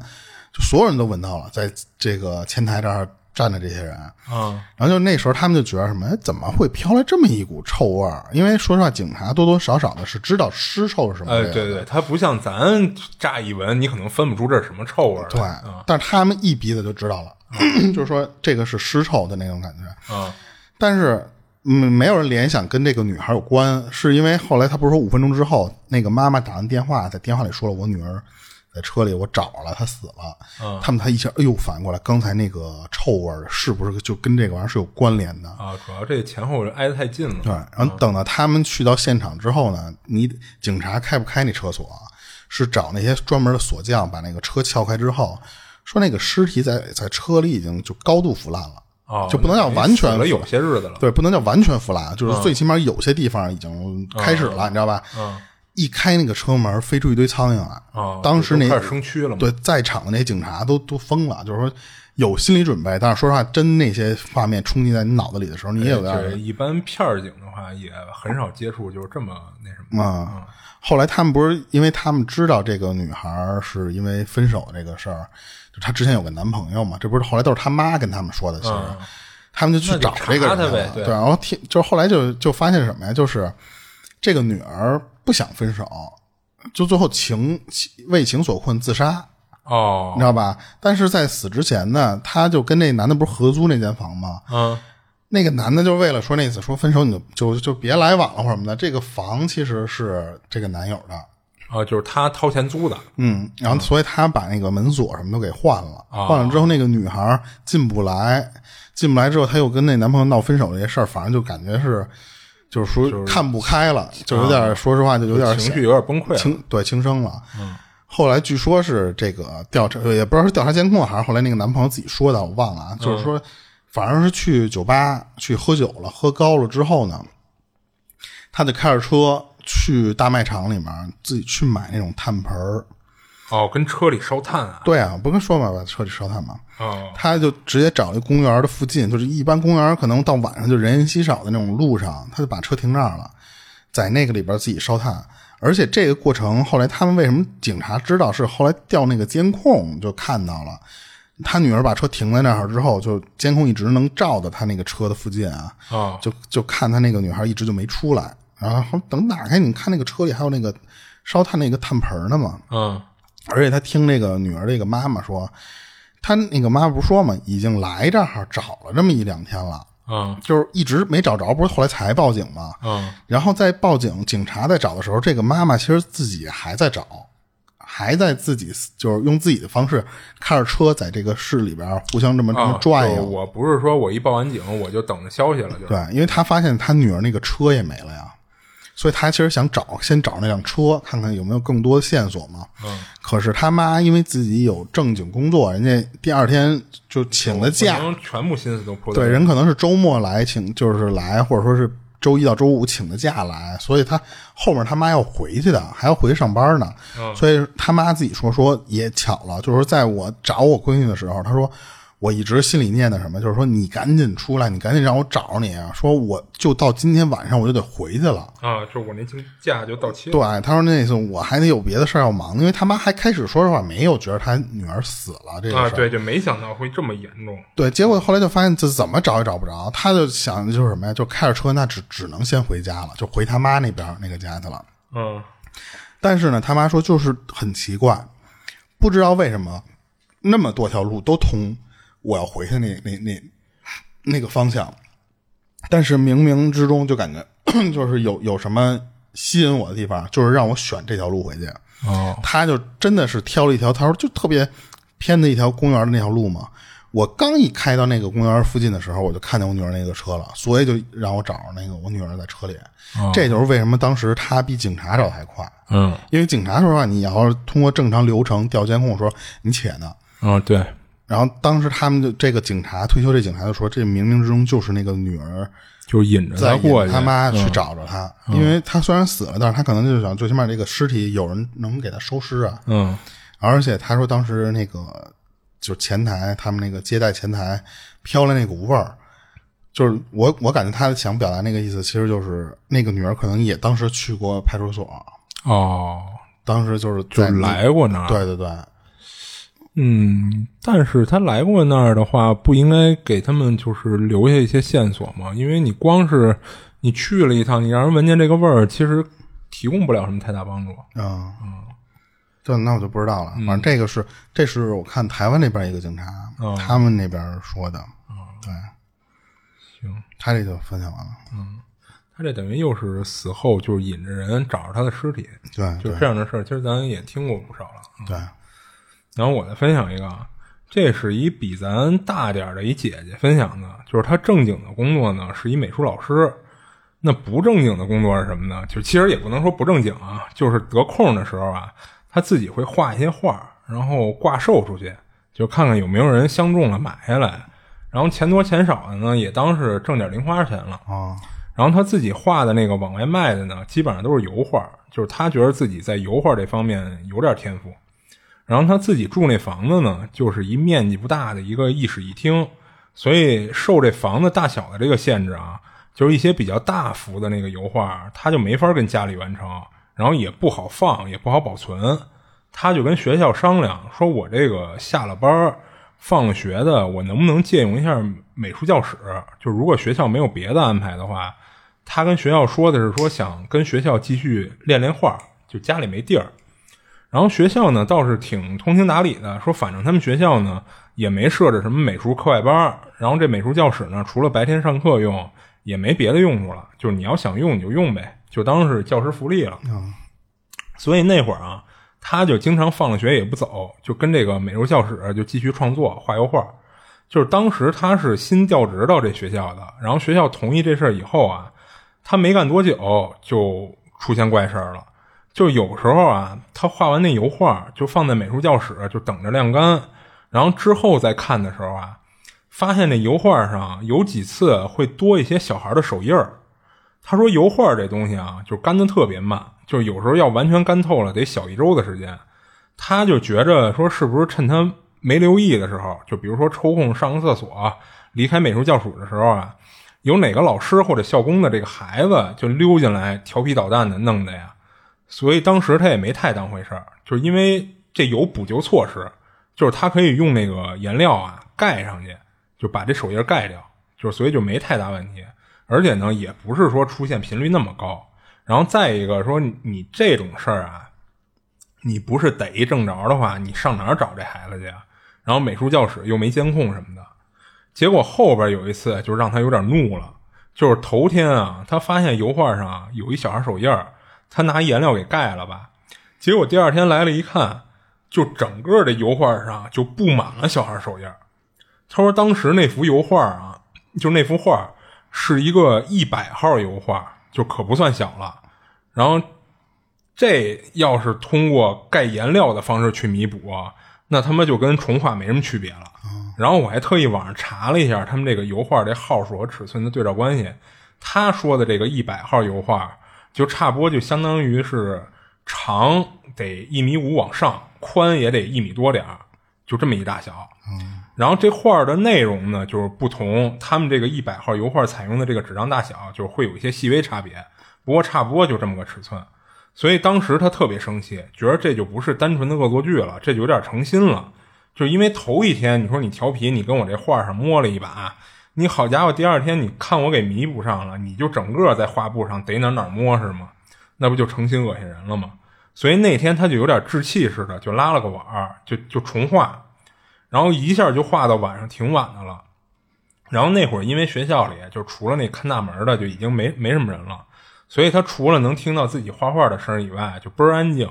就所有人都闻到了，在这个前台这儿站着这些人。啊然后就那时候他们就觉得什么，哎，怎么会飘来这么一股臭味儿？因为说实话，警察多多少少的是知道尸臭是什么味哎儿的。对对，他不像咱乍一闻你可能分不出这是什么臭味儿对来，啊，嗯但是他们一鼻子就知道了， 就是说这个是尸臭的那种感觉。啊但是嗯，没有人联想跟这个女孩有关，是因为后来他不是说五分钟之后，那个妈妈打完电话，在电话里说了我女儿在车里我找了，她死了。嗯他们才一下，哎呦，反过来，刚才那个臭味儿是不是就跟这个玩意儿是有关联的？啊，主要这前后挨得太近了，对，然后等到他们去到现场之后呢，你警察开不开那车锁，是找那些专门的锁匠把那个车撬开之后，说那个尸体在在车里已经就高度腐烂了，哦，就不能叫那完全死了有腐些日子了，对，不能叫完全腐烂，啊就是最起码有些地方已经开始了，你知道吧？嗯一开那个车门，飞出一堆苍蝇来，哦，当时那就开始生蛆了嘛，对，在场的那些警察都都疯了，就是说有心理准备，但是说实话，真那些画面冲击在你脑子里的时候，你也有点就是一般片儿警的话，也很少接触，就是这么那什么。啊、后来他们不是因为他们知道这个女孩儿是因为分手这个事儿，就她之前有个男朋友嘛，这不是后来都是她妈跟他们说的，其实、他们就去找这个啊人那就查她呗了对然后听就是后来就就发现什么呀，就是这个女儿不想分手，就最后情情为情所困自杀。你哦，知道吧？但是在死之前呢，她就跟那男的不是合租那间房吗？嗯，那个男的就为了说那次说分手你就就就别来往了或者什么的，这个房其实是这个男友的，哦，就是他掏钱租的，嗯，然后所以他把那个门锁什么都给换了，啊换了之后那个女孩儿进不来，进不来之后她又跟那男朋友闹分手这些事儿，反正就感觉是就是说看不开了，就有点、说实话就有点情绪有点崩溃了。轻对轻生了。嗯，后来据说是这个调查，也不知道是调查监控还是后来那个男朋友自己说的，我忘了啊。就是说，反正是去酒吧去喝酒了，喝高了之后呢，他就开着车去大卖场里面自己去买那种炭盆儿。哦，跟车里烧炭啊。对啊，不跟说嘛，把车里烧炭嘛。哦，他就直接找那公园的附近，就是一般公园可能到晚上就人烟稀少的那种路上，他就把车停那儿了，在那个里边自己烧炭。而且这个过程后来他们为什么警察知道是后来调那个监控就看到了，他女儿把车停在那儿之后，就监控一直能照到他那个车的附近啊，哦，就就看他那个女孩一直就没出来，然后等打开你看那个车里还有那个烧炭那个炭盆呢嘛，嗯，而且他听那个女儿这个妈妈说，他那个妈不是说嘛，已经来这儿找了这么一两天了，嗯，就是一直没找着，不是后来才报警吗？嗯，然后在报警，警察在找的时候，这个妈妈其实自己还在找，还在自己就是用自己的方式开着车在这个市里边互相这么这么啊，转就悠。我不是说我一报完警我就等着消息了，就是对，因为他发现他女儿那个车也没了呀，所以他其实想找先找那辆车，看看有没有更多的线索嘛。嗯。可是他妈因为自己有正经工作，人家第二天就请了假，不能全部心思都扑在对，人可能是周末来请，就是来，或者说是周一到周五请的假来，所以他后面他妈要回去的，还要回去上班呢。嗯所以他妈自己说说也巧了，就是说在我找我闺女的时候，他说我一直心里念的什么，就是说你赶紧出来，你赶紧让我找你啊！说我就到今天晚上我就得回去了。啊，就我那请假就到期了，对，他说那次我还得有别的事儿要忙，因为他妈还开始说实话没有觉得他女儿死了这个事儿、啊，对，就没想到会这么严重，对，结果后来就发现这怎么找也找不着，他就想的就是什么呀？就开着车，那只只能先回家了，就回他妈那边儿那个家去了。嗯但是呢，他妈说就是很奇怪，不知道为什么那么多条路都通我要回去那那那那个方向，但是冥冥之中就感觉 就是有有什么吸引我的地方，就是让我选这条路回去。哦，他就真的是挑了一条，他说就特别偏的一条公园的那条路嘛。我刚一开到那个公园附近的时候，我就看见我女儿那个车了，所以就让我找着那个我女儿在车里。这就是为什么当时他比警察找的还快，嗯因为警察说实话，你要是通过正常流程调监控说你且呢。嗯，对，然后当时他们就这个警察退休，这警察就说，这冥冥之中就是那个女儿就引着在他过去，嗯他妈去找着他，因为他虽然死了，但是他可能就想最起码这个尸体有人能给他收尸啊。嗯，而且他说当时那个就是前台，他们那个接待前台飘了那股味儿，就是我我感觉他想表达那个意思，其实就是那个女儿可能也当时去过派出所，哦，当时就是就在那来过那儿，对对对，嗯，但是他来过那儿的话，不应该给他们就是留下一些线索吗？因为你光是你去了一趟，你让人闻见这个味儿，其实提供不了什么太大帮助。嗯对，那我就不知道了。反嗯正这个是，这是我看台湾那边一个警察，他们那边说的。对，嗯行，他这就分享完了。他这等于又是死后就是引着人找着他的尸体，对就对这样的事儿，其实咱也听过不少了。对，啊然后我再分享一个，啊，这是一比咱大点儿的一姐姐分享的，就是她正经的工作呢是一美术老师，那不正经的工作是什么呢？就其实也不能说不正经啊，就是得空的时候啊，她自己会画一些画，然后挂售出去，就看看有没有人相中了买下来，然后钱多钱少的呢也当是挣点零花钱了。哦，然后他自己画的那个往外卖的呢，基本上都是油画，就是他觉得自己在油画这方面有点天赋。然后他自己住那房子呢，就是一面积不大的一个一室一厅，所以受这房子大小的这个限制啊，就是一些比较大幅的那个油画，他就没法跟家里完成，然后也不好放，也不好保存。他就跟学校商量，说我这个下了班儿放了学的，我能不能借用一下美术教室？就如果学校没有别的安排的话，他跟学校说的是说想跟学校继续练练画，就家里没地儿。然后学校呢倒是挺通情达理的，说反正他们学校呢也没设置什么美术课外班儿，然后这美术教室呢除了白天上课用，也没别的用处了，就是你要想用你就用呗，就当是教师福利了。所以那会儿啊，他就经常放了学也不走，就跟这个美术教室就继续创作画油画。就是当时他是新调职到这学校的，然后学校同意这事儿以后啊，他没干多久就出现怪事儿了。就有时候啊，他画完那油画就放在美术教室，就等着晾干，然后之后再看的时候啊，发现这油画上有几次会多一些小孩的手印儿。他说油画这东西啊，就干的特别慢，就是有时候要完全干透了，得小一周的时间。他就觉着说，是不是趁他没留意的时候，就比如说抽空上个厕所、离开美术教室的时候啊，有哪个老师或者校工的这个孩子就溜进来调皮捣蛋的，弄的呀？所以当时他也没太当回事儿，就是因为这有补救措施，就是他可以用那个颜料啊盖上去，就把这手印儿盖掉，就是所以就没太大问题。而且呢，也不是说出现频率那么高。然后再一个说你，你这种事儿啊，你不是逮正着的话，你上哪儿找这孩子去啊？然后美术教室又没监控什么的，结果后边有一次啊就让他有点怒了，就是头天啊，他发现油画上啊有一小孩手印儿，他拿颜料给盖了吧，结果第二天来了一看，就整个的油画上啊就布满了小孩手印儿。他说当时那幅油画啊，就是那幅画是一个一百号油画，就可不算小了。然后这要是通过盖颜料的方式去弥补啊，那他妈就跟重画没什么区别了。然后我还特意网上查了一下他们这个油画这号数和尺寸的对照关系，他说的这个一百号油画就差不多就相当于是长得一米五往上，宽也得一米多点儿，就这么一大小。然后这画儿的内容呢，就是不同。他们这个一百号油画采用的这个纸张大小，就是会有一些细微差别，不过差不多就这么个尺寸。所以当时他特别生气，觉得这就不是单纯的恶作剧了，这就有点成心了。就是因为头一天你说你调皮，你跟我这画上摸了一把，你好家伙，第二天你看我给弥补上了，你就整个在画布上逮哪儿哪儿摸是吗？那不就成心恶心人了吗？所以那天他就有点置气似的，就拉了个碗儿，就就重画。然后一下就画到晚上挺晚的了。然后那会儿因为学校里就除了那看大门的就已经没没什么人了，所以他除了能听到自己画画的声儿以外，就倍儿安静。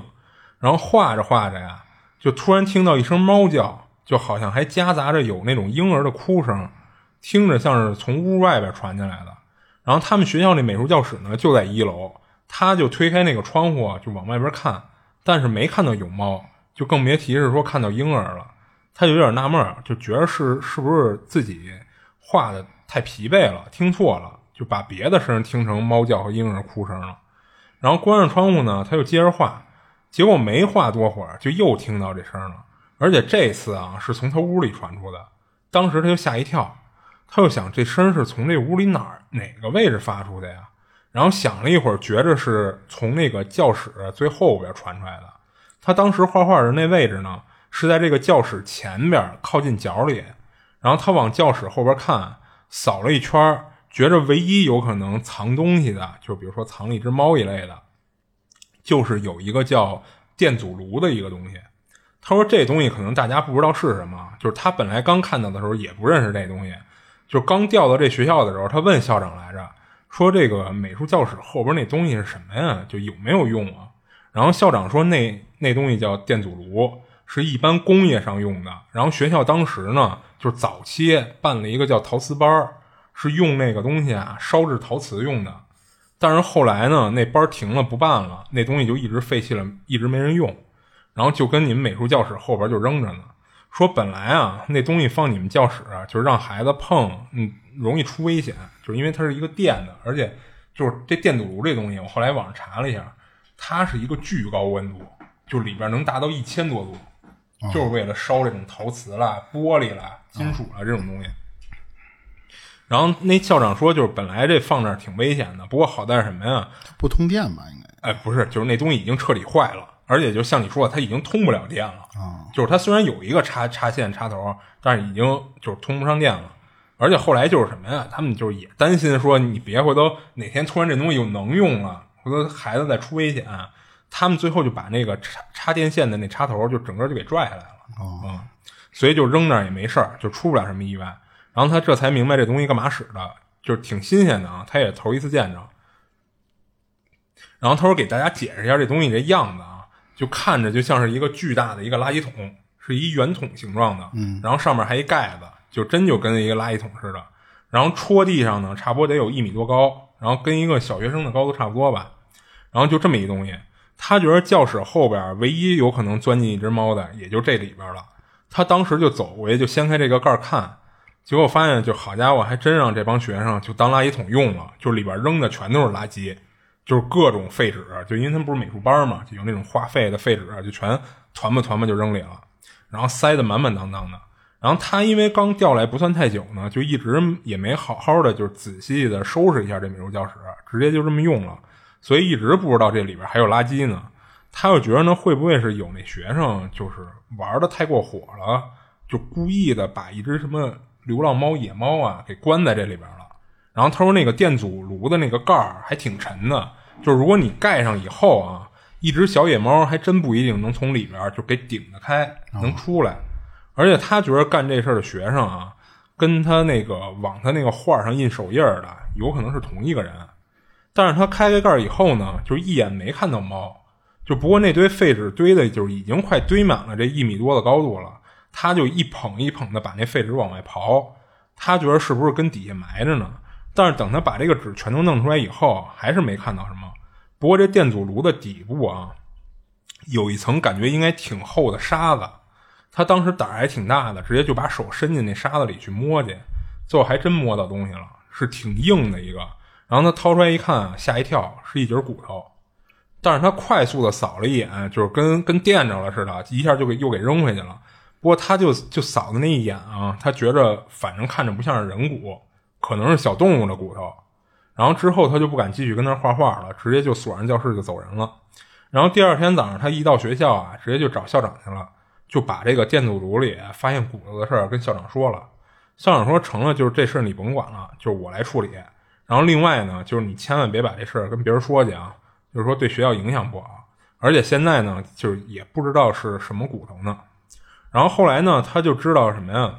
然后画着画着呀，就突然听到一声猫叫，就好像还夹杂着有那种婴儿的哭声，听着像是从屋外边传进来的。然后他们学校那美术教室呢就在一楼，他就推开那个窗户就往外边看，但是没看到有猫，就更别提是说看到婴儿了。他就有点纳闷儿，就觉得是是不是自己画的太疲惫了，听错了，就把别的声听成猫叫和婴儿哭声了。然后关上窗户呢，他又接着画，结果没画多会儿，就又听到这声了。而且这次啊，是从他屋里传出的。当时他就吓一跳，他就想这声是从这屋里哪儿哪个位置发出的呀？然后想了一会儿，觉着是从那个教室最后边传出来的。他当时画画的那位置呢，是在这个教室前边靠近角里。然后他往教室后边看，扫了一圈儿，觉着唯一有可能藏东西的，就比如说藏了一只猫一类的，就是有一个叫电阻炉的一个东西。他说这东西可能大家不知道是什么，就是他本来刚看到的时候也不认识这东西，就刚调到这学校的时候，他问校长来着，说这个美术教室后边那东西是什么呀？就有没有用啊？然后校长说那那东西叫电阻炉，是一般工业上用的。然后学校当时呢，就是早期办了一个叫陶瓷班儿，是用那个东西啊烧制陶瓷用的。但是后来呢，那班儿停了，不办了，那东西就一直废弃了，一直没人用。然后就跟你们美术教室后边就扔着呢。说本来啊，那东西放你们教室、啊，就是让孩子碰，嗯，容易出危险，就是因为它是一个电的，而且就是这电阻炉这东西，我后来网上查了一下，它是一个巨高温度，就里边能达到一千多度，就是为了烧这种陶瓷啦、玻璃啦、金属啦这种东西。然后那校长说，就是本来这放那儿挺危险的，不过好在什么呀？不通电吧？应该哎，不是，就是那东西已经彻底坏了，而且就像你说的，它已经通不了电了。就是它虽然有一个插插线插头，但是已经就是通不上电了。而且后来就是什么呀？他们就是也担心说，你别回头哪天突然这东西又能用了，回头孩子再出危险。他们最后就把那个插插电线的那插头就整个就给拽下来了。哦嗯，所以就扔那儿也没事儿，就出不了什么意外。然后他这才明白这东西干嘛使的，就是挺新鲜的啊，他也头一次见着。然后他说给大家解释一下这东西这样子啊，就看着就像是一个巨大的一个垃圾桶，是一圆筒形状的，嗯，然后上面还一盖子，就真就跟一个垃圾桶似的。然后戳地上呢，差不多得有一米多高，然后跟一个小学生的高度差不多吧。然后就这么一东西，他觉得教室后边唯一有可能钻进一只猫的，也就这里边了。他当时就走过去，就掀开这个盖儿看，结果发现，就好家伙，还真让这帮学生就当垃圾桶用了，就里边扔的全都是垃圾，就是各种废纸，就因为他们不是美术班嘛，就有那种花费的废纸，啊就全团吧团吧就扔里了，然后塞得满满当当的。然后他因为刚调来不算太久呢，就一直也没好好的就是仔细的收拾一下这美术教室，直接就这么用了，所以一直不知道这里边还有垃圾呢。他又觉得呢，会不会是有那学生就是玩的太过火了，就故意的把一只什么流浪猫、野猫啊给关在这里边了。然后他说那个电阻炉的那个盖儿还挺沉的，就是如果你盖上以后啊，一只小野猫还真不一定能从里边儿就给顶得开，能出来。而且他觉得干这事儿的学生啊，跟他那个往他那个画上印手印儿的，有可能是同一个人。但是他开开盖儿以后呢，就是一眼没看到猫，就不过那堆废纸堆的，就是已经快堆满了这一米多的高度了。他就一捧一捧的把那废纸往外刨，他觉得是不是跟底下埋着呢？但是等他把这个纸全都弄出来以后，还是没看到什么。不过这电阻炉的底部啊，有一层感觉应该挺厚的沙子，他当时胆儿还挺大的，直接就把手伸进那沙子里去摸去，最后还真摸到东西了，是挺硬的一个。然后他掏出来一看啊，吓一跳，是一截骨头。但是他快速的扫了一眼，就是跟跟电着了似的，一下就给又给扔回去了。不过他就就扫的那一眼啊，他觉着反正看着不像是人骨，可能是小动物的骨头。然后之后他就不敢继续跟那儿画画了，直接就锁上教室就走人了。然后第二天早上他一到学校啊，直接就找校长去了，就把这个电阻炉里发现骨头的事儿跟校长说了。校长说成了，就是这事儿你甭管了，就是我来处理。然后另外呢，就是你千万别把这事儿跟别人说去啊，就是说对学校影响不好。而且现在呢，就是也不知道是什么骨头呢。然后后来呢，他就知道什么呀？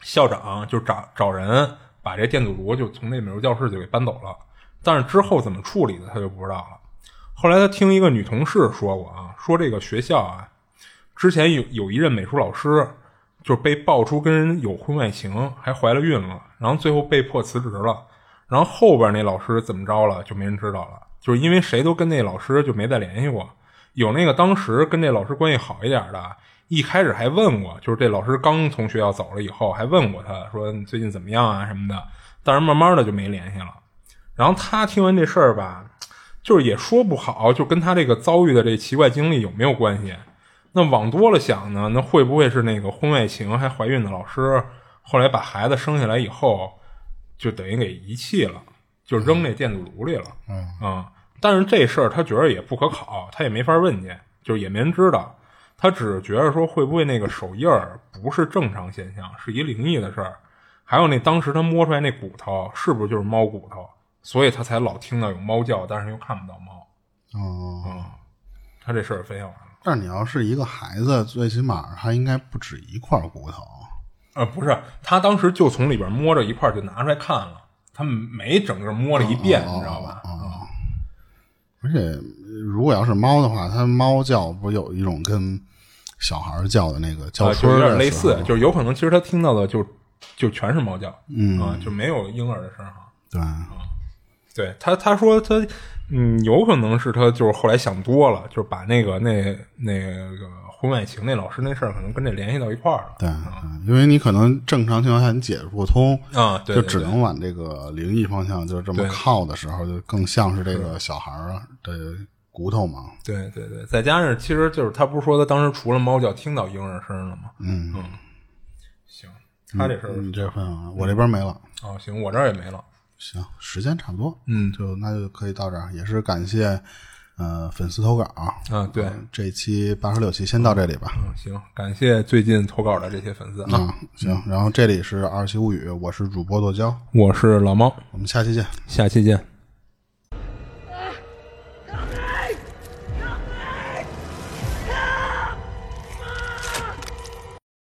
校长就找找人把这电阻炉就从那美术教室就给搬走了。但是之后怎么处理的，他就不知道了。后来他听一个女同事说过啊，说这个学校啊，之前有有一任美术老师就被爆出跟人有婚外情，还怀了孕了，然后最后被迫辞职了。然后后边那老师怎么着了，就没人知道了，就是因为谁都跟那老师就没再联系过。有那个当时跟这老师关系好一点的，一开始还问过，就是这老师刚从学校走了以后，还问过他说你最近怎么样啊什么的，但是慢慢的就没联系了。然后他听完这事儿吧，就是也说不好，就跟他这个遭遇的这奇怪经历有没有关系？那往多了想呢，那会不会是那个婚外情还怀孕的老师，后来把孩子生下来以后，就等于给遗弃了，就扔那电阻炉里了？嗯但是这事儿他觉得也不可考，他也没法问去，就是也没人知道。他只是觉得说会不会那个手印儿不是正常现象，是一灵异的事儿。还有那当时他摸出来那骨头是不是就是猫骨头，所以他才老听到有猫叫，但是又看不到猫。嗯哦，他这事儿分享完了。但是你要是一个孩子，最起码他应该不止一块骨头。呃，不是，他当时就从里边摸着一块儿就拿出来看了，他没整个摸了一遍，哦你知道吧？啊，而且如果要是猫的话，它猫叫不有一种跟小孩儿叫的那个叫呃就春有儿点的类时候似，就是有可能其实他听到的就就全是猫叫，嗯啊，就没有婴儿的声儿哈。对，对他，他说他，嗯，有可能是他就是后来想多了，就是把那个那那个婚外情那老师那事儿可能跟这联系到一块儿了。对，对因为你可能正常情况下你解释不通，啊，对，就对只对能往这个灵异方向就这么对靠的时候，就更像是这个小孩儿的骨头嘛。对对对，再加上其实就是他不是说他当时除了猫叫听到婴儿声了吗？嗯行，他这事儿、你嗯这分享完，我这边没了。哦，行，我这儿也没了。行，时间差不多，嗯就那就可以到这儿。也是感谢呃粉丝投稿啊，对，呃这期八十六期先到这里吧。嗯，行，感谢最近投稿的这些粉丝啊，啊，行，然后这里是二七物语，我是主播剁椒，我是老猫，我们下期见。下期见。